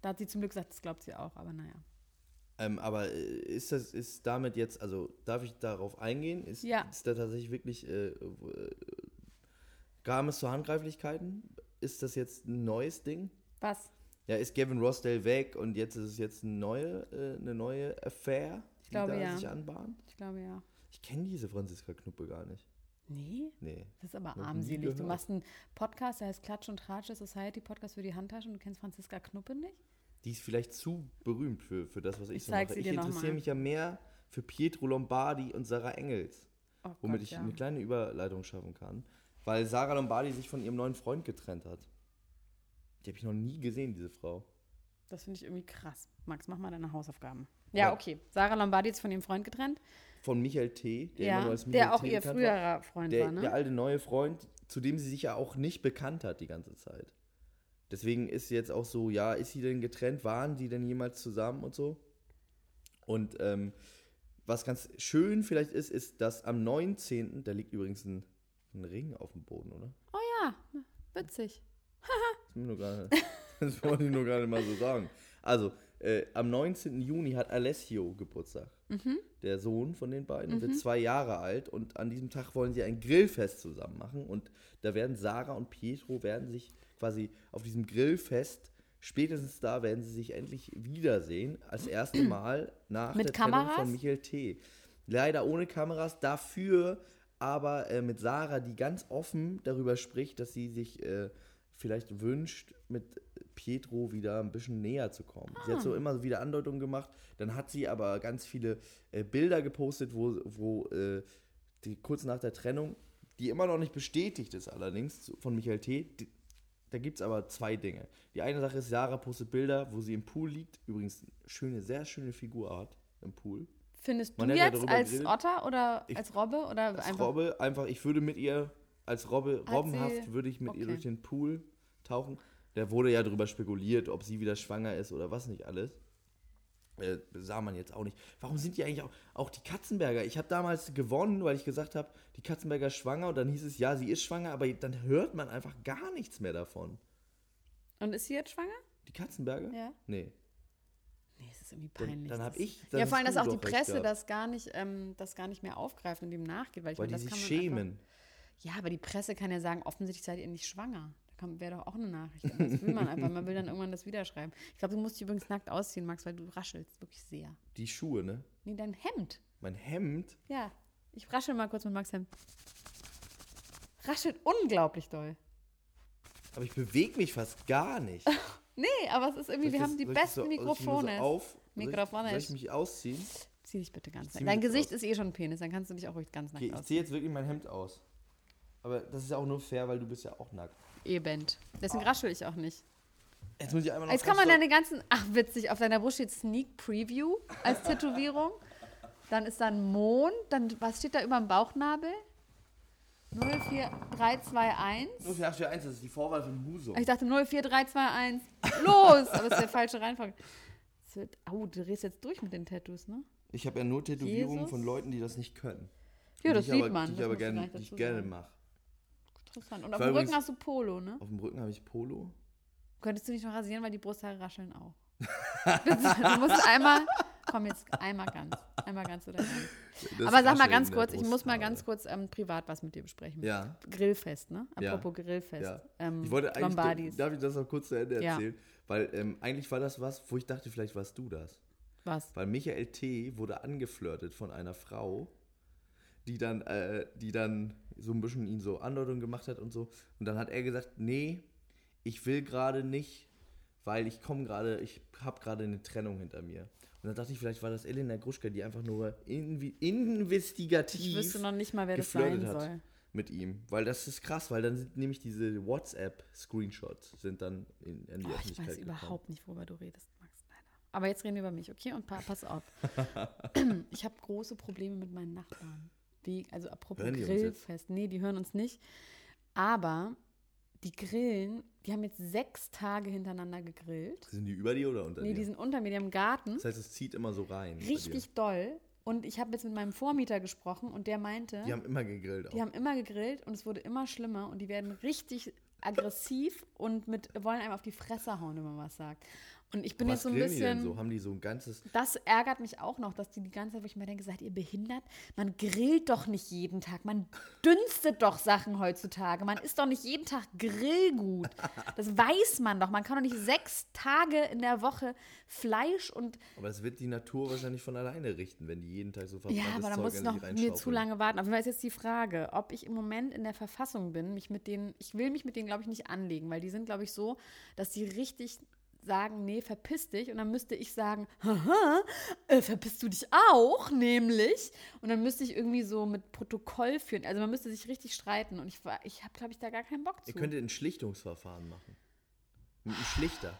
Da hat sie zum Glück gesagt, das glaubt sie auch, aber naja. Ähm, aber äh, ist das, ist damit jetzt, also darf ich darauf eingehen? Ist, Ja. ist da tatsächlich wirklich, äh, wo- äh, kam es zu Handgreiflichkeiten? Ist das jetzt ein neues Ding? Was? Ja, ist Gavin Rossdale weg und jetzt ist es jetzt eine neue, äh, eine neue Affair, ich glaube, die da ja. sich anbahnt? Ich glaube ja. Ich kenne diese Franziska Knuppe gar nicht. Nee? Nee. Das ist aber nie armselig. Du gehört. machst einen Podcast, der heißt Klatsch und Tratsch, der Society-Podcast für die Handtasche und du kennst Franziska Knuppe nicht? Die ist vielleicht zu berühmt für, für das, was ich, Ich so zeig mache. sie Ich dir noch interessiere mal. mich ja mehr für Pietro Lombardi und Sarah Engels, Oh womit Gott, ich ja. eine kleine Überleitung schaffen kann, weil Sarah Lombardi sich von ihrem neuen Freund getrennt hat. Die habe ich noch nie gesehen, diese Frau. Das finde ich irgendwie krass. Max, mach mal deine Hausaufgaben. Ja, okay. Sarah Lombardi ist von ihrem Freund getrennt. Von Michael T., der, immer ja, nur als Michael der auch T. ihr bekannt früherer war. Freund der, war, ne? der alte neue Freund, zu dem sie sich ja auch nicht bekannt hat die ganze Zeit. Deswegen ist sie jetzt auch so, ja, ist sie denn getrennt? Waren die denn jemals zusammen und so? Und ähm, was ganz schön vielleicht ist, ist, dass am 19., da liegt übrigens ein, ein Ring auf dem Boden, oder? ja, witzig. Das wollte ich nur gerade- äh, das wollte ich nur gerade mal so sagen. Also, äh, am 19. Juni hat Alessio Geburtstag. Mhm. Der Sohn von den beiden wird zwei Jahre alt und an diesem Tag wollen sie ein Grillfest zusammen machen. Und da werden Sarah und Pietro werden sich quasi auf diesem Grillfest, spätestens da werden sie sich endlich wiedersehen, als erstes Mal nach Mit der Trennung Kameras? von Michael T. Leider ohne Kameras, dafür aber äh, mit Sarah, die ganz offen darüber spricht, dass sie sich äh, vielleicht wünscht, mit Pietro wieder ein bisschen näher zu kommen. Sie hat so immer wieder Andeutungen gemacht, dann hat sie aber ganz viele äh, Bilder gepostet, wo, wo äh, die, kurz nach der Trennung, die immer noch nicht bestätigt ist allerdings, zu- von Michael T., die, da gibt es aber zwei Dinge. Die eine Sache ist, Sarah postet Bilder, wo sie im Pool liegt, übrigens schöne, sehr schöne Figur hat im Pool. Findest Man du hätte ja jetzt darüber als geredet. Otter oder Ich- als Robbe oder Als einfach Robbe, einfach, ich würde mit ihr, als Robbe, Hat robbenhaft sie- würde ich mit ihr okay. durch den Pool tauchen. Da wurde ja drüber spekuliert, ob sie wieder schwanger ist oder was nicht alles. Äh, sah man jetzt auch nicht. Warum sind die eigentlich auch, auch die Katzenberger? Ich habe damals gewonnen, weil ich gesagt habe, die Katzenberger ist schwanger und dann hieß es, ja, sie ist schwanger, aber dann hört man einfach gar nichts mehr davon. Und ist sie jetzt schwanger? Die Katzenberger? Ja. Nee. Nee, es ist irgendwie Dann- peinlich. dann hab das- ich- dann ja, hast vor allem, dass du auch die doch recht Presse gehabt. das gar, nicht, ähm, das gar nicht mehr aufgreift und dem nachgeht. Weil, ich Weil meine, die das sich kann man einfach- schämen. Ja, aber die Presse kann ja sagen, offensichtlich seid ihr nicht schwanger. Da wäre doch auch eine Nachricht. Aber Das will man einfach. Man will dann irgendwann das wieder schreiben. Ich glaube, du musst dich übrigens nackt ausziehen, Max, weil du raschelst wirklich sehr. Die Schuhe, ne? Nee, dein Hemd. Mein Hemd. Ja. Ich raschel mal kurz mit Max Hemd. Raschelt unglaublich doll. Aber ich bewege mich fast gar nicht. Nee, aber es ist Soll irgendwie, ich wir das- haben die soll ich das besten so- soll ich mir Mikrofone. So auf, Mikrofone Soll ich, ist- soll ich mich ausziehen? Zieh dich bitte ganz zieh nackt. mich Dein jetzt Gesicht aus. ist eh schon ein Penis, dann kannst du dich auch ruhig ganz nackt Okay, ich ausziehen. ziehe jetzt wirklich mein Hemd aus. Aber das ist ja auch nur fair, weil du bist ja auch nackt. Eben. Ah. Deswegen raschel ich auch nicht. Jetzt muss ich einmal noch Jetzt kann man ganz deine ganzen. Ach, witzig, auf deiner Brust steht Sneak Preview als Tätowierung. Dann ist da ein Mond. Dann, was steht da über dem Bauchnabel? 04321. doll- 0,841, das ist die Vorwahl von Huso. Ich dachte 04321. Los! Aber es ist der falsche Reihenfolge. Es wird, au, du drehst jetzt durch mit den Tattoos, ne? Ich habe ja nur Tätowierungen Jesus. von Leuten, die das nicht können. Ja, Die das ich sieht aber, man. Die ich das aber musst du gar gerne, nicht die ich dazu gerne sagen. mache. Interessant. Und Ich auf war dem Rücken übrigens- hast du Polo, ne? Auf dem Rücken habe ich Polo. Könntest du nicht noch rasieren, weil die Brusthaare rascheln auch. du musst einmal. Komm jetzt einmal ganz. Einmal ganz oder ganz. Das Aber sag mal Rascheln ganz der kurz, ich muss mal Brusthaare. ganz kurz ähm, privat was mit dir besprechen. Ja. Grillfest, ne? Ja. Apropos Grillfest. Ja. Ähm, ich wollte eigentlich, Lombardis. darf ich das noch kurz zu Ende Ja. erzählen? Weil ähm, eigentlich war das was, wo ich dachte, vielleicht warst du das. was? Weil Michael T. wurde angeflirtet von einer Frau, die dann, äh, die dann so ein bisschen ihn so Andeutungen gemacht hat und so. Und dann hat er gesagt, nee, ich will gerade nicht, weil ich komme gerade, ich habe gerade eine Trennung hinter mir. Und dann dachte ich, vielleicht war das Elena Gruschka, die einfach nur invi- investigativ Ich wüsste noch nicht mal, wer das sein geflirtet hat soll. mit ihm. Weil das ist krass, weil dann sind nämlich diese WhatsApp-Screenshots sind dann in, in die Oh, ich Öffentlichkeit weiß gekommen. überhaupt nicht, worüber du redest, Max. Leider. Aber jetzt reden wir über mich, okay? Und pa pass auf. ich habe große Probleme mit meinen Nachbarn. Wie, also apropos Hören die uns Grillfest. Nee, die hören uns nicht. Aber die grillen, die haben jetzt sechs Tage hintereinander gegrillt. Sind die über dir oder unter Nee, dir? die sind unter mir, die haben einen Garten. das heißt, es zieht immer so rein. bei dir. Richtig doll. Und ich habe jetzt mit meinem Vormieter gesprochen und der meinte, Die haben immer gegrillt auch. die haben immer gegrillt und es wurde immer schlimmer und die werden richtig aggressiv und mit, wollen einem auf die Fresse hauen, wenn man was sagt. Und ich bin Was jetzt so ein grillen die bisschen. denn so? Haben die so ein ganzes. Das ärgert mich auch noch, dass die die ganze Zeit, wo ich mir denke, seid ihr behindert? Man grillt doch nicht jeden Tag. Man dünstet doch Sachen heutzutage. Man isst doch nicht jeden Tag Grillgut. Das weiß man doch. Man kann doch nicht sechs Tage in der Woche Fleisch und. Aber das wird die Natur wahrscheinlich von alleine richten, wenn die jeden Tag so verbranntes Ja, aber da Zeug muss ich an noch sich mir zu reinschaufeln. lange warten. Auf jeden Fall ist jetzt die Frage, ob ich im Moment in der Verfassung bin, mich mit denen. Ich will mich mit denen, glaube ich, nicht anlegen, weil die sind, glaube ich, so, dass die richtig sagen, nee, verpiss dich. Und dann müsste ich sagen, haha, äh, verpisst du dich auch, nämlich. Und dann müsste ich irgendwie so mit Protokoll führen. Also man müsste sich richtig streiten. Und ich, war- ich habe, glaube ich, da gar keinen Bock zu. Ihr könntet ein Schlichtungsverfahren machen. Mit einem Schlichter.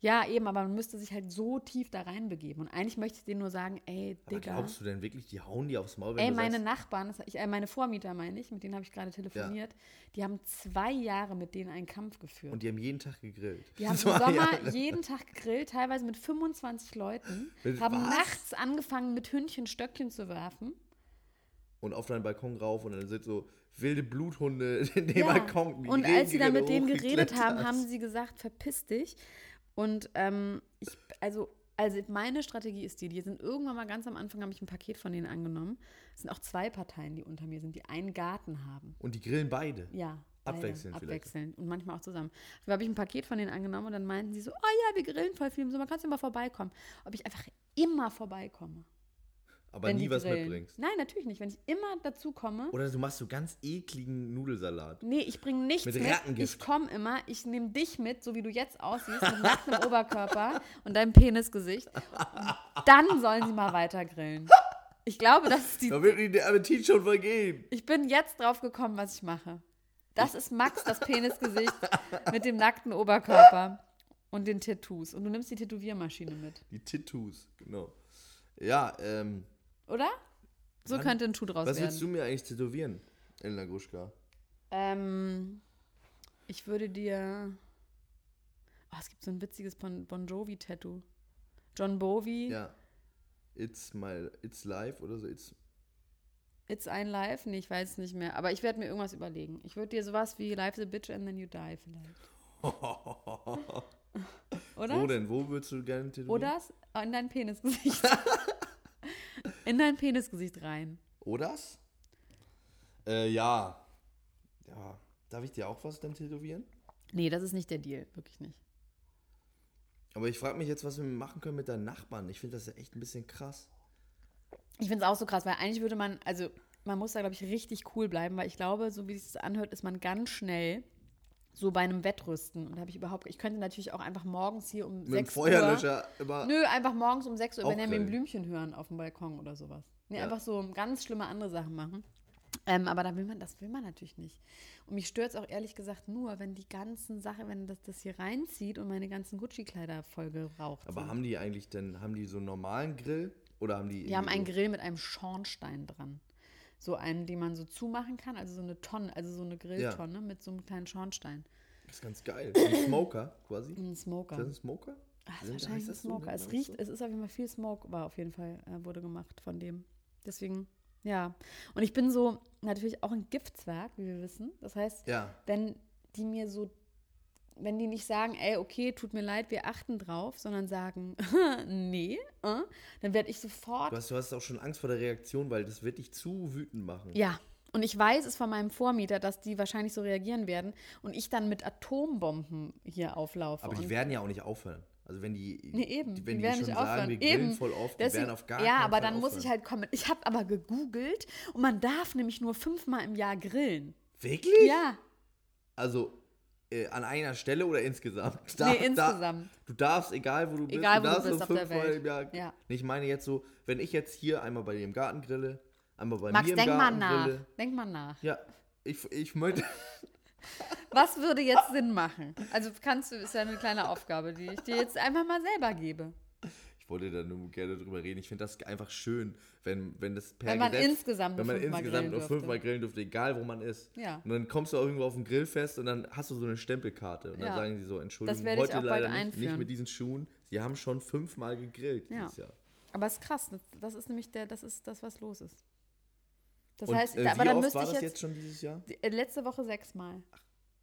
ja, eben, aber man müsste sich halt so tief da reinbegeben. Und eigentlich möchte ich denen nur sagen, ey, Aber Digga. glaubst du denn wirklich, die hauen dir aufs Maul, wenn Ey, du meine sagst, Nachbarn, das, ich, äh, meine Vormieter meine ich, mit denen habe ich gerade telefoniert, die haben zwei Jahre mit denen einen Kampf geführt. und die haben jeden Tag gegrillt. die haben im So, ja, Sommer das- jeden Tag gegrillt, teilweise mit 25 Leuten, Mit haben was? nachts angefangen, mit Hündchen Stöckchen zu werfen. und auf deinen Balkon rauf und dann sind so wilde Bluthunde in dem Ja. Balkon. die Und als sie dann Regenrinne mit denen geredet hochgeklettert. haben, haben sie gesagt, verpiss dich. Und ähm, ich, also, also meine Strategie ist die, die sind irgendwann mal ganz am Anfang, habe ich ein Paket von denen angenommen. Es sind auch zwei Parteien, die unter mir sind, die einen Garten haben. Und die grillen beide. Ja. Abwechselnd vielleicht. Abwechselnd und manchmal auch zusammen. Da habe ich ein Paket von denen angenommen und dann meinten sie so, oh ja, wir grillen voll viel im Sommer, kannst du mal vorbeikommen. Ob ich einfach immer vorbeikomme. aber wenn nie die was grillen. Ne? mitbringst. Nein, natürlich nicht. Wenn ich immer dazu komme, Oder du machst so ganz ekligen Nudelsalat. nee, ich bringe nichts Mit mit. Rattengift. Ich komme immer, ich nehme dich mit, so wie du jetzt aussiehst, mit nacktem Oberkörper und deinem Penisgesicht. Dann sollen sie mal weiter grillen. Ich glaube, das ist die Da wird dir der Appetit schon vergehen. Ich bin jetzt drauf gekommen, was ich mache. Das ist Max, das Penisgesicht mit dem nackten Oberkörper und den Tattoos. Und du nimmst die Tätowiermaschine mit, Die Tattoos, genau. Ja, ähm, oder? So Mann, könnte ein Schuh draus was willst du werden. mir eigentlich tätowieren, Elena Gruschka? Ähm, ich würde dir. Oh, es gibt so ein witziges Bon, bon Jovi-Tattoo. John Bovi, Ja. It's my, it's life oder so. It's, It's ein Life. Nee, ich weiß nicht mehr. Aber ich werde mir irgendwas überlegen. Ich würde dir sowas wie Life's a Bitch and then you die vielleicht. Oder? Wo denn? Wo würdest du gerne tätowieren? Oder äh, in dein Penisgesicht. in dein Penisgesicht rein. Oders? Äh, ja. Ja. Darf ich dir auch was dann tätowieren? Nee, das ist nicht der Deal. Wirklich nicht. Aber ich frage mich jetzt, was wir machen können mit deinen Nachbarn. Ich finde das ja echt ein bisschen krass. Ich finde es auch so krass, weil eigentlich würde man, also man muss da, glaube ich, richtig cool bleiben, weil ich glaube, so wie es sich anhört, ist man ganz schnell so bei einem Wettrüsten. Und da habe ich überhaupt, ich könnte natürlich auch einfach morgens hier um Mit dem 6 Uhr. Feuerlöscher immer. Nö, einfach morgens um 6 Uhr Auch Benjamin grillen. Blümchen hören auf dem Balkon oder sowas. Nee, Ja. einfach so ganz schlimme andere Sachen machen. Ähm, aber da will man, das will man natürlich nicht. Und mich stört es auch ehrlich gesagt nur, wenn die ganzen Sachen, wenn das, das hier reinzieht und meine ganzen Gucci-Kleider voll geraucht Aber sind. haben die eigentlich denn, haben die so einen normalen Grill? Oder haben die. Die haben einen irgendwie Grill mit einem Schornstein dran. So einen, den man so zumachen kann, also so eine Tonne, also so eine Grilltonne mit so einem kleinen Schornstein. so- Das ist ganz geil. Ein Smoker quasi. Ein Smoker. Ist das ein Smoker? Ach, Ah, ist Sind- wahrscheinlich Ne, heißt ein das so? Smoker. Nennt es man das riecht, es ist auf jeden Fall viel Smoke, war auf jeden Fall, äh, wurde gemacht von dem. Deswegen, ja. Und ich bin so natürlich auch ein Giftzwerg, wie wir wissen. Das heißt, So? Ja. wenn die mir so, wenn die nicht sagen, ey, okay, tut mir leid, wir achten drauf, sondern sagen, nee, äh, dann werde ich sofort Du hast, du hast auch schon Angst vor der Reaktion, weil das wird dich zu wütend machen. Ja. Und ich weiß es von meinem Vormieter, dass die wahrscheinlich so reagieren werden und ich dann mit Atombomben hier auflaufe. Aber die und- werden ja auch nicht aufhören. Also wenn die, Nee, eben. die- wenn die, werden schon nicht sagen, aufhören. wir grillen eben. voll oft, die Deswegen- werden auf gar Ja, keinen aber Fall dann muss aufhören. ich halt kommen. Ich habe aber gegoogelt und man darf nämlich nur fünfmal im Jahr grillen. Wirklich? Ja, Also äh, an einer Stelle oder insgesamt? Du darfst- nee, da- insgesamt. du darfst, egal wo du bist, Egal, wo du darfst bist nur auf der fünfmal Welt. im Jahr- Ja. Nee, Ich meine jetzt so, wenn ich jetzt hier einmal bei dir im Garten grille, einmal bei Max, mir im denk mal Garten nach. grille. Denk mal nach. Ja, ich, ich möchte. Was würde jetzt Sinn machen? Also kannst du, ist ja eine kleine Aufgabe, die ich dir jetzt einfach mal selber gebe. Ich wollte da nur gerne drüber reden. Ich finde das einfach schön, wenn, wenn das per Wenn man Gesetz, insgesamt nur wenn man fünfmal insgesamt grillen nur fünfmal dürfte. grillen dürfte, egal wo man ist. Ja. Und dann kommst du auch irgendwo auf ein Grillfest und dann hast du so eine Stempelkarte. Und dann Ja. sagen die so, Entschuldigung, werde ich heute auch bald leider nicht, nicht einführen. mit diesen Schuhen. Sie haben schon fünfmal gegrillt Ja. dieses Jahr. Aber es ist krass, ne? das ist nämlich der, das ist das, was los ist. Das und, heißt, äh, wie aber dann oft müsste war ich das jetzt, jetzt schon dieses Jahr? die- äh, letzte Woche sechsmal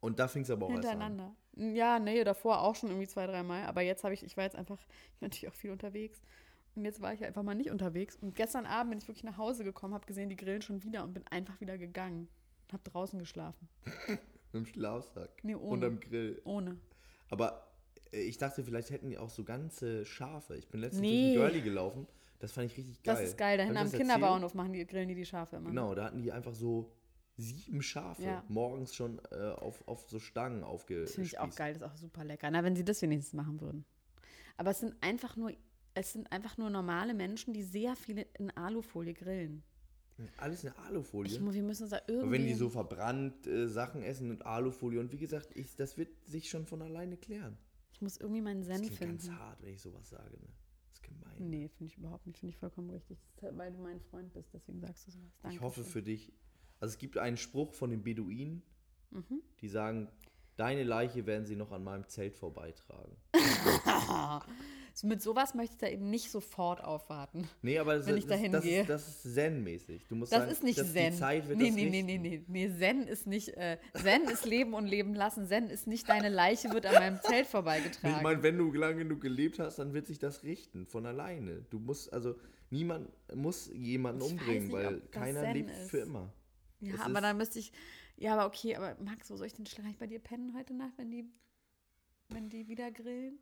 Und da fing es aber auch erst an. hintereinander. Ja, nee, davor auch schon irgendwie zwei, dreimal. Aber jetzt habe ich, ich war jetzt einfach, ich war natürlich auch viel unterwegs. Und jetzt war ich einfach mal nicht unterwegs. Und gestern Abend bin ich wirklich nach Hause gekommen, habe gesehen, die grillen schon wieder und bin einfach wieder gegangen. Und habe draußen geschlafen. Mit dem Schlafsack. Nee, ohne. Und am Grill. Ohne. Aber äh, ich dachte, vielleicht hätten die auch so ganze Schafe. Ich bin letztens Nee. durch ein Girlie gelaufen. Das fand ich richtig geil. Das ist geil. Da Hab hinten ich am das erzählt? Kinderbauernhof machen die, grillen die die Schafe immer. Genau, da hatten die einfach so sieben Schafe Ja. morgens schon äh, auf, auf so Stangen Das finde aufgespießt. ich auch geil, das ist auch super lecker. Na, wenn sie das wenigstens machen würden. Aber es sind einfach nur, es sind einfach nur normale Menschen, die sehr viele in Alufolie grillen. Hm, Alles in Ich, Alufolie. mu- wir müssen uns da irgendwie. Aber wenn die so verbrannt äh, Sachen essen und Alufolie und wie gesagt, ich, das wird sich schon von alleine klären. ich muss irgendwie meinen Das Senf klingt ganz finden. hart, wenn ich sowas sage. Ne? Das ist gemein. ne? Nee, finde ich überhaupt nicht. Finde ich vollkommen richtig. Das ist halt, weil du mein Freund bist, deswegen sagst du sowas. Danke ich hoffe für dich. Also es gibt einen Spruch von den Beduinen, Mhm. die sagen, deine Leiche werden sie noch an meinem Zelt vorbeitragen. so, Mit sowas möchte ich da eben nicht sofort aufwarten. Nee, aber das, Wenn ist- ich das, dahin das, gehe. ist, das ist Zen-mäßig. Du musst Das sagen, ist nicht dass Zen. Die Zeit wird nee, das nee, nee, richten. nee, nee, nee. Zen ist nicht. Äh, Zen ist Leben und Leben lassen. Zen ist nicht deine Leiche wird an meinem Zelt vorbeigetragen. Ich meine, wenn du lang genug gelebt hast, dann wird sich das richten von alleine. Du musst also niemand muss jemanden Ich weiß umbringen, nicht, weil ob das keiner Zen lebt ist. für immer. Ja, Es aber ist- dann müsste ich. Ja, aber okay, aber Max, wo soll ich denn schlecht bei dir pennen heute Nacht, wenn die, wenn die wieder grillen?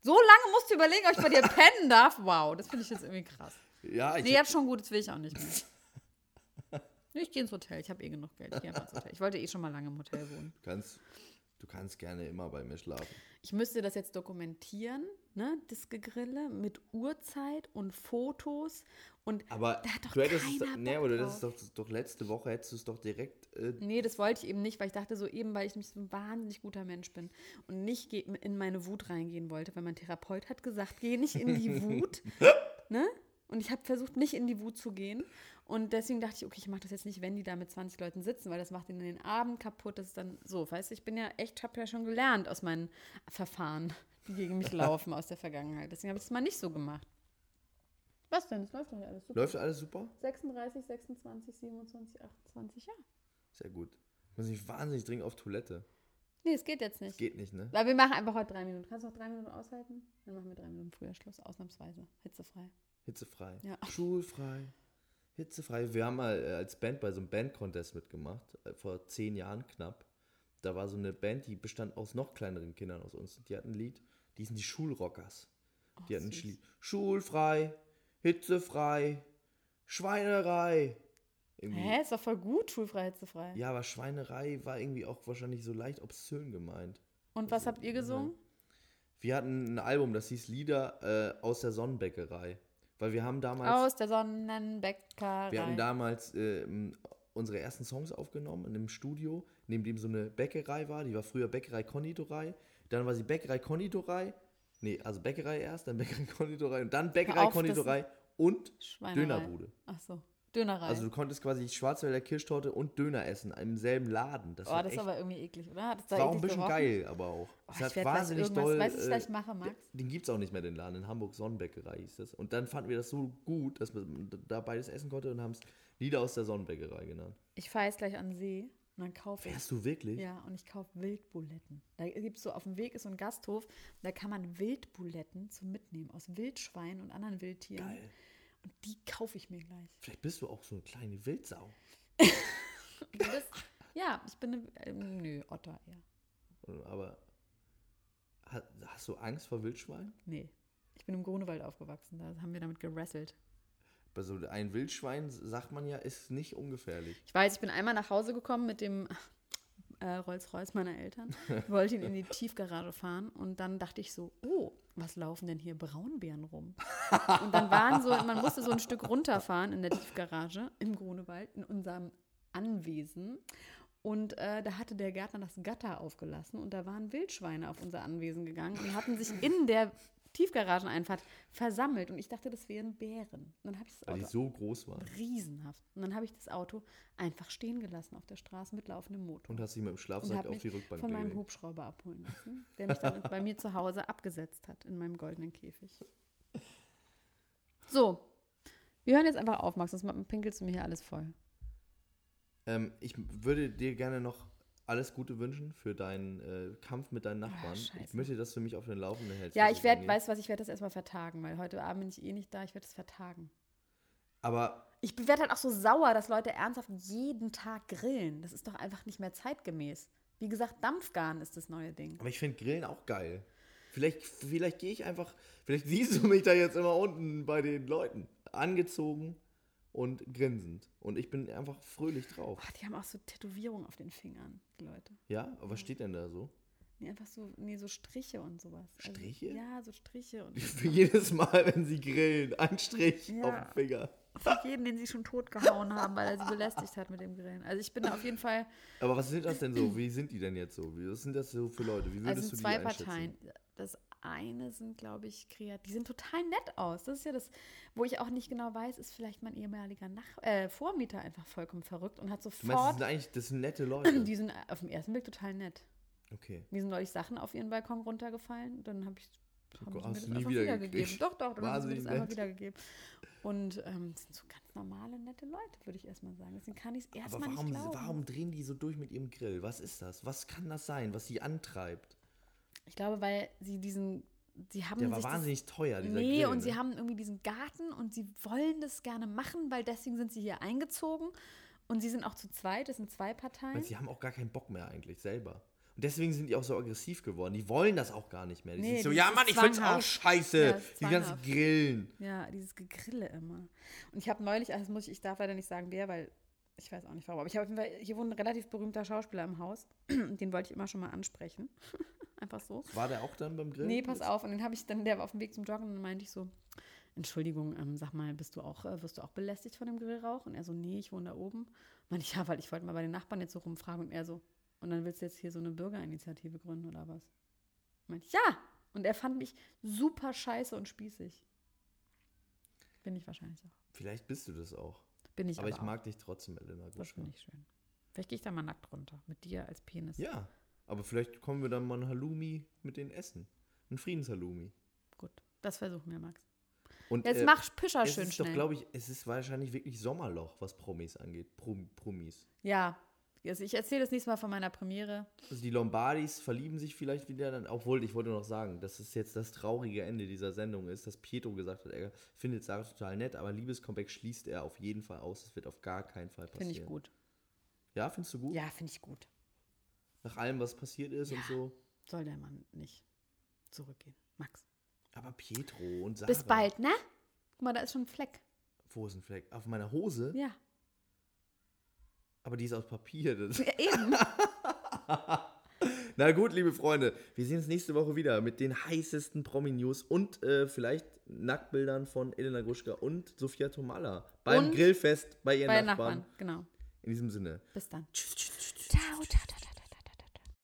So lange musst du überlegen, ob ich bei dir pennen darf. Wow, das finde ich jetzt irgendwie krass. Ja, ich, Nee, jetzt schon gut, das will ich auch nicht mehr. Nee, Ich gehe ins Hotel, ich habe eh genug Geld. Ich gehe einfach ins Hotel. Ich wollte eh schon mal lange im Hotel wohnen. du kannst du kannst gerne immer bei mir schlafen. Ich müsste das jetzt dokumentieren, ne? Das Gegrille mit Uhrzeit und Fotos und Aber Da hat doch du hättest ne, es, keiner nee, Bock aber du drauf. Mhm. hättest es doch, doch letzte Woche hättest du es doch direkt äh, Nee, das wollte ich eben nicht, weil ich dachte so eben, weil ich nämlich so ein wahnsinnig guter Mensch bin und nicht ge- in meine Wut reingehen wollte, weil mein Therapeut hat gesagt, geh nicht in die Wut. ne? Und ich habe versucht, nicht in die Wut zu gehen. Und deswegen dachte ich, okay, ich mache das jetzt nicht, wenn die da mit 20 Leuten sitzen, weil das macht ihnen den Abend kaputt. Das ist dann so, weißt du, ich bin ja echt, habe ja schon gelernt aus meinen Verfahren, die gegen mich laufen aus der Vergangenheit. Deswegen habe ich das mal nicht so gemacht. Was denn? Es läuft doch hier alles super. läuft alles super? 36, 26, 27, 28, ja. Sehr gut. Muss ich wahnsinnig dringend auf Toilette. Nee, es geht jetzt nicht. Das geht nicht, ne? Weil wir machen einfach heute drei Minuten. Kannst du noch drei Minuten aushalten? Dann machen wir drei Minuten früher Schluss, ausnahmsweise. Hitzefrei. Hitzefrei. Ja. Schulfrei. Hitzefrei. Wir haben mal äh, als Band bei so einem Bandcontest mitgemacht, äh, vor zehn Jahren knapp. Da war so eine Band, die bestand aus noch kleineren Kindern aus uns. Die hatten ein Lied, die sind die Schulrockers. Die hatten ein Oh, süß. Lied. Schulfrei, hitzefrei, Schweinerei. Irgendwie. Hä, ist doch voll gut, schulfrei, hitzefrei. Ja, aber Schweinerei war irgendwie auch wahrscheinlich so leicht obszön gemeint. Und was habt ihr gesungen? Wir hatten ein Album, das hieß Lieder äh, aus der Sonnenbäckerei. Weil wir haben damals. Aus der Sonnenbäckerei. Wir hatten damals äh, m, unsere ersten Songs aufgenommen in einem Studio, neben dem so eine Bäckerei war. Die war früher Bäckerei-Konditorei. Dann war sie Bäckerei-Konditorei. Nee, also Bäckerei erst, dann Bäckerei-Konditorei und dann auf, das ist- Bäckerei-Konditorei und Schweinerei. Dönerbude. Ach so, Dönerei. Also du konntest quasi Schwarzwälder Kirschtorte und Döner essen im selben Laden. Das, oh, war, das ist echt, aber irgendwie eklig, oder? Hat es da war auch ein eklig bisschen gerochen? geil, aber auch. Es Oh, ich hat werd gleich wahnsinnig irgendwas- doll. weißt du, was ich gleich äh, mache, Max? Den gibt's auch nicht mehr, den Laden. In Hamburg Sonnenbäckerei hieß das. Und dann fanden wir das so gut, dass man da beides essen konnte und haben es Lieder aus der Sonnenbäckerei genannt. Ich fahre jetzt gleich an den See und dann kaufe ich. Wärst du wirklich? Ja, und ich kaufe Wildbuletten. Da gibt es so, auf dem Weg ist so ein Gasthof, da kann man Wildbuletten zum Mitnehmen aus Wildschweinen und anderen Wildtieren. Geil. Und die kaufe ich mir gleich. Vielleicht bist du auch so eine kleine Wildsau. Du bist, ja, ich bin eine. ähm, nö, Otter eher. Aber ha- hast du Angst vor Wildschwein? Nee. Ich bin im Grunewald aufgewachsen, da haben wir damit gerasselt. Bei so ein Wildschwein sagt man ja, ist nicht ungefährlich. Ich weiß, ich bin einmal nach Hause gekommen mit dem äh, Rolls-Royce meiner Eltern, wollte ihn in die Tiefgarage fahren und dann dachte ich so, oh, was laufen denn hier Braunbären rum? Und dann waren so, man musste so ein Stück runterfahren in der Tiefgarage im Grunewald, in unserem Anwesen. Und äh, da hatte der Gärtner das Gatter aufgelassen und da waren Wildschweine auf unser Anwesen gegangen und hatten sich in der Tiefgarageneinfahrt versammelt. Und ich dachte, das wären Bären. Und dann habe ich das Weil Ah, die Auto so groß war. riesenhaft. Und dann habe ich das Auto einfach stehen gelassen auf der Straße mit laufendem Motor. Und hast dich mit dem Und Schlafsack habe auf mich die Rückbank von meinem gelegt. Hubschrauber abholen lassen, der mich dann bei mir zu Hause abgesetzt hat in meinem goldenen Käfig. So, wir hören jetzt einfach auf, Max, sonst pinkelst du mir hier alles voll. Ähm, ich würde dir gerne noch alles Gute wünschen für deinen äh, Kampf mit deinen Nachbarn. ich Ah, scheiße. möchte, dass du mich auf den Laufenden hältst. Ja, was ich das werde, angeht. weißt du was, ich werde das erstmal vertagen, weil heute Abend bin ich eh nicht da, ich werde das vertagen. Aber Ich werde halt auch so sauer, dass Leute ernsthaft jeden Tag grillen. Das ist doch einfach nicht mehr zeitgemäß. Wie gesagt, Dampfgarn ist das neue Ding. Aber ich finde Grillen auch geil. Vielleicht, vielleicht gehe ich einfach, vielleicht siehst du mich da jetzt immer unten bei den Leuten. Angezogen und grinsend. Und ich bin einfach fröhlich drauf. Boah, die haben auch so Tätowierungen auf den Fingern, die Leute. Ja, aber was steht denn da so? Nee, einfach so, nee, so Striche und sowas. Also, Striche? ja, so Striche und Für jedes Mal, wenn sie grillen, ein Strich Ja. auf den Finger. für jeden, den sie schon totgehauen haben, weil er sie belästigt hat mit dem Grillen. Also ich bin da auf jeden Fall, Aber was sind das denn so? Wie sind die denn jetzt so? Wie- Was sind das so für Leute? Wie würdest also es sind du die zwei einschätzen? Parteien. Das eine sind, glaube ich, kreativ. Die sind total nett aus. Das ist ja das, wo ich auch nicht genau weiß, ist vielleicht mein ehemaliger Nach äh, Vormieter einfach vollkommen verrückt und hat Du meinst, das sind sofort, eigentlich das sind nette Leute. die sind auf dem ersten Blick total nett. Okay. Mir sind neulich Sachen auf ihren Balkon runtergefallen. Dann habe ich haben Oh Gott, sie mir hast das du nie einfach wiedergegeben? wiedergegeben. Doch, doch, dann haben sie mir Wahnsinnig das einfach nett. wiedergegeben. Und ähm, das sind so ganz normale, nette Leute, würde ich erstmal sagen. Deswegen kann ich es Aber erstmal nicht warum, glauben. warum drehen die so durch mit ihrem Grill? Was ist das? Was kann das sein, was sie antreibt? Ich glaube, weil sie diesen, sie haben Der war sich wahnsinnig teuer, das, dieser Nee, Grill. und sie ne? haben irgendwie diesen Garten und sie wollen das gerne machen, weil deswegen sind sie hier eingezogen. Und sie sind auch zu zweit, das sind zwei Parteien. Weil sie haben auch gar keinen Bock mehr eigentlich selber. Und deswegen sind die auch so aggressiv geworden. Die wollen das auch gar nicht mehr. Die Nee, sind so, dieses ja Mann, ich find's auch zwanghaft. scheiße. Ja, das ist die ganzen zwanghaft. Grillen. Ja, dieses Gegrille immer. Und ich habe neulich, also das muss ich, ich darf leider nicht sagen, wer, weil ich weiß auch nicht warum, aber ich habe auf jeden Fall, hier wohnt ein relativ berühmter Schauspieler im Haus. Den wollte ich immer schon mal ansprechen. Einfach so. War der auch dann beim Grillen? Nee, pass Ne? Das- auf. Und den habe ich dann, der war auf dem Weg zum Joggen und dann meinte ich so, Entschuldigung, ähm, sag mal, bist du auch, äh, wirst du auch belästigt von dem Grillrauch? Und er so, nee, ich wohne da oben. Meinte ich, ja, weil ich wollte mal bei den Nachbarn jetzt so rumfragen und er so, und dann willst du jetzt hier so eine Bürgerinitiative gründen oder was? Meinte ich, ja! Und er fand mich super scheiße und spießig. Bin ich wahrscheinlich auch. Vielleicht bist du das auch. Bin ich aber aber, ich mag dich trotzdem, Elena. auch. Das Gruschka. finde ich schön. Vielleicht gehe ich da mal nackt runter, mit dir als Penis. Ja, aber vielleicht kommen wir dann mal ein Halloumi mit den Essen. Ein Friedenshalloumi. Gut, das versuchen wir, Max. Und, Jetzt äh, mach Pischer es schön ist schnell. doch, glaube ich, es ist wahrscheinlich wirklich Sommerloch, was Promis angeht. Prom Promis. ja, also ich erzähle das nächste Mal von meiner Premiere. Also die Lombardis verlieben sich vielleicht wieder dann, obwohl ich wollte noch sagen, dass es jetzt das traurige Ende dieser Sendung ist, dass Pietro gesagt hat, er findet Sarah total nett, aber Liebescomeback schließt er auf jeden Fall aus. Das wird auf gar keinen Fall passieren. Finde ich gut. Ja, findest du gut? Ja, finde ich gut. Nach allem, was passiert ist und so. Soll der Mann nicht zurückgehen. Max. Aber Pietro und Sarah. Bis bald, ne? Guck mal, da ist schon ein Fleck. Wo ist ein Fleck? Auf meiner Hose? Ja. Aber die ist aus Papier. Das ja eben. Na gut, liebe Freunde, wir sehen uns nächste Woche wieder mit den heißesten Promi-News und äh, vielleicht Nacktbildern von Elena Gruschka und Sophia Tomala beim Und Grillfest bei ihren Bei den Nachbarn. Nachbarn. Genau. In diesem Sinne. Bis dann. Tschüss, tschüss, tschüss. Ciao, ciao, ciao, ciao.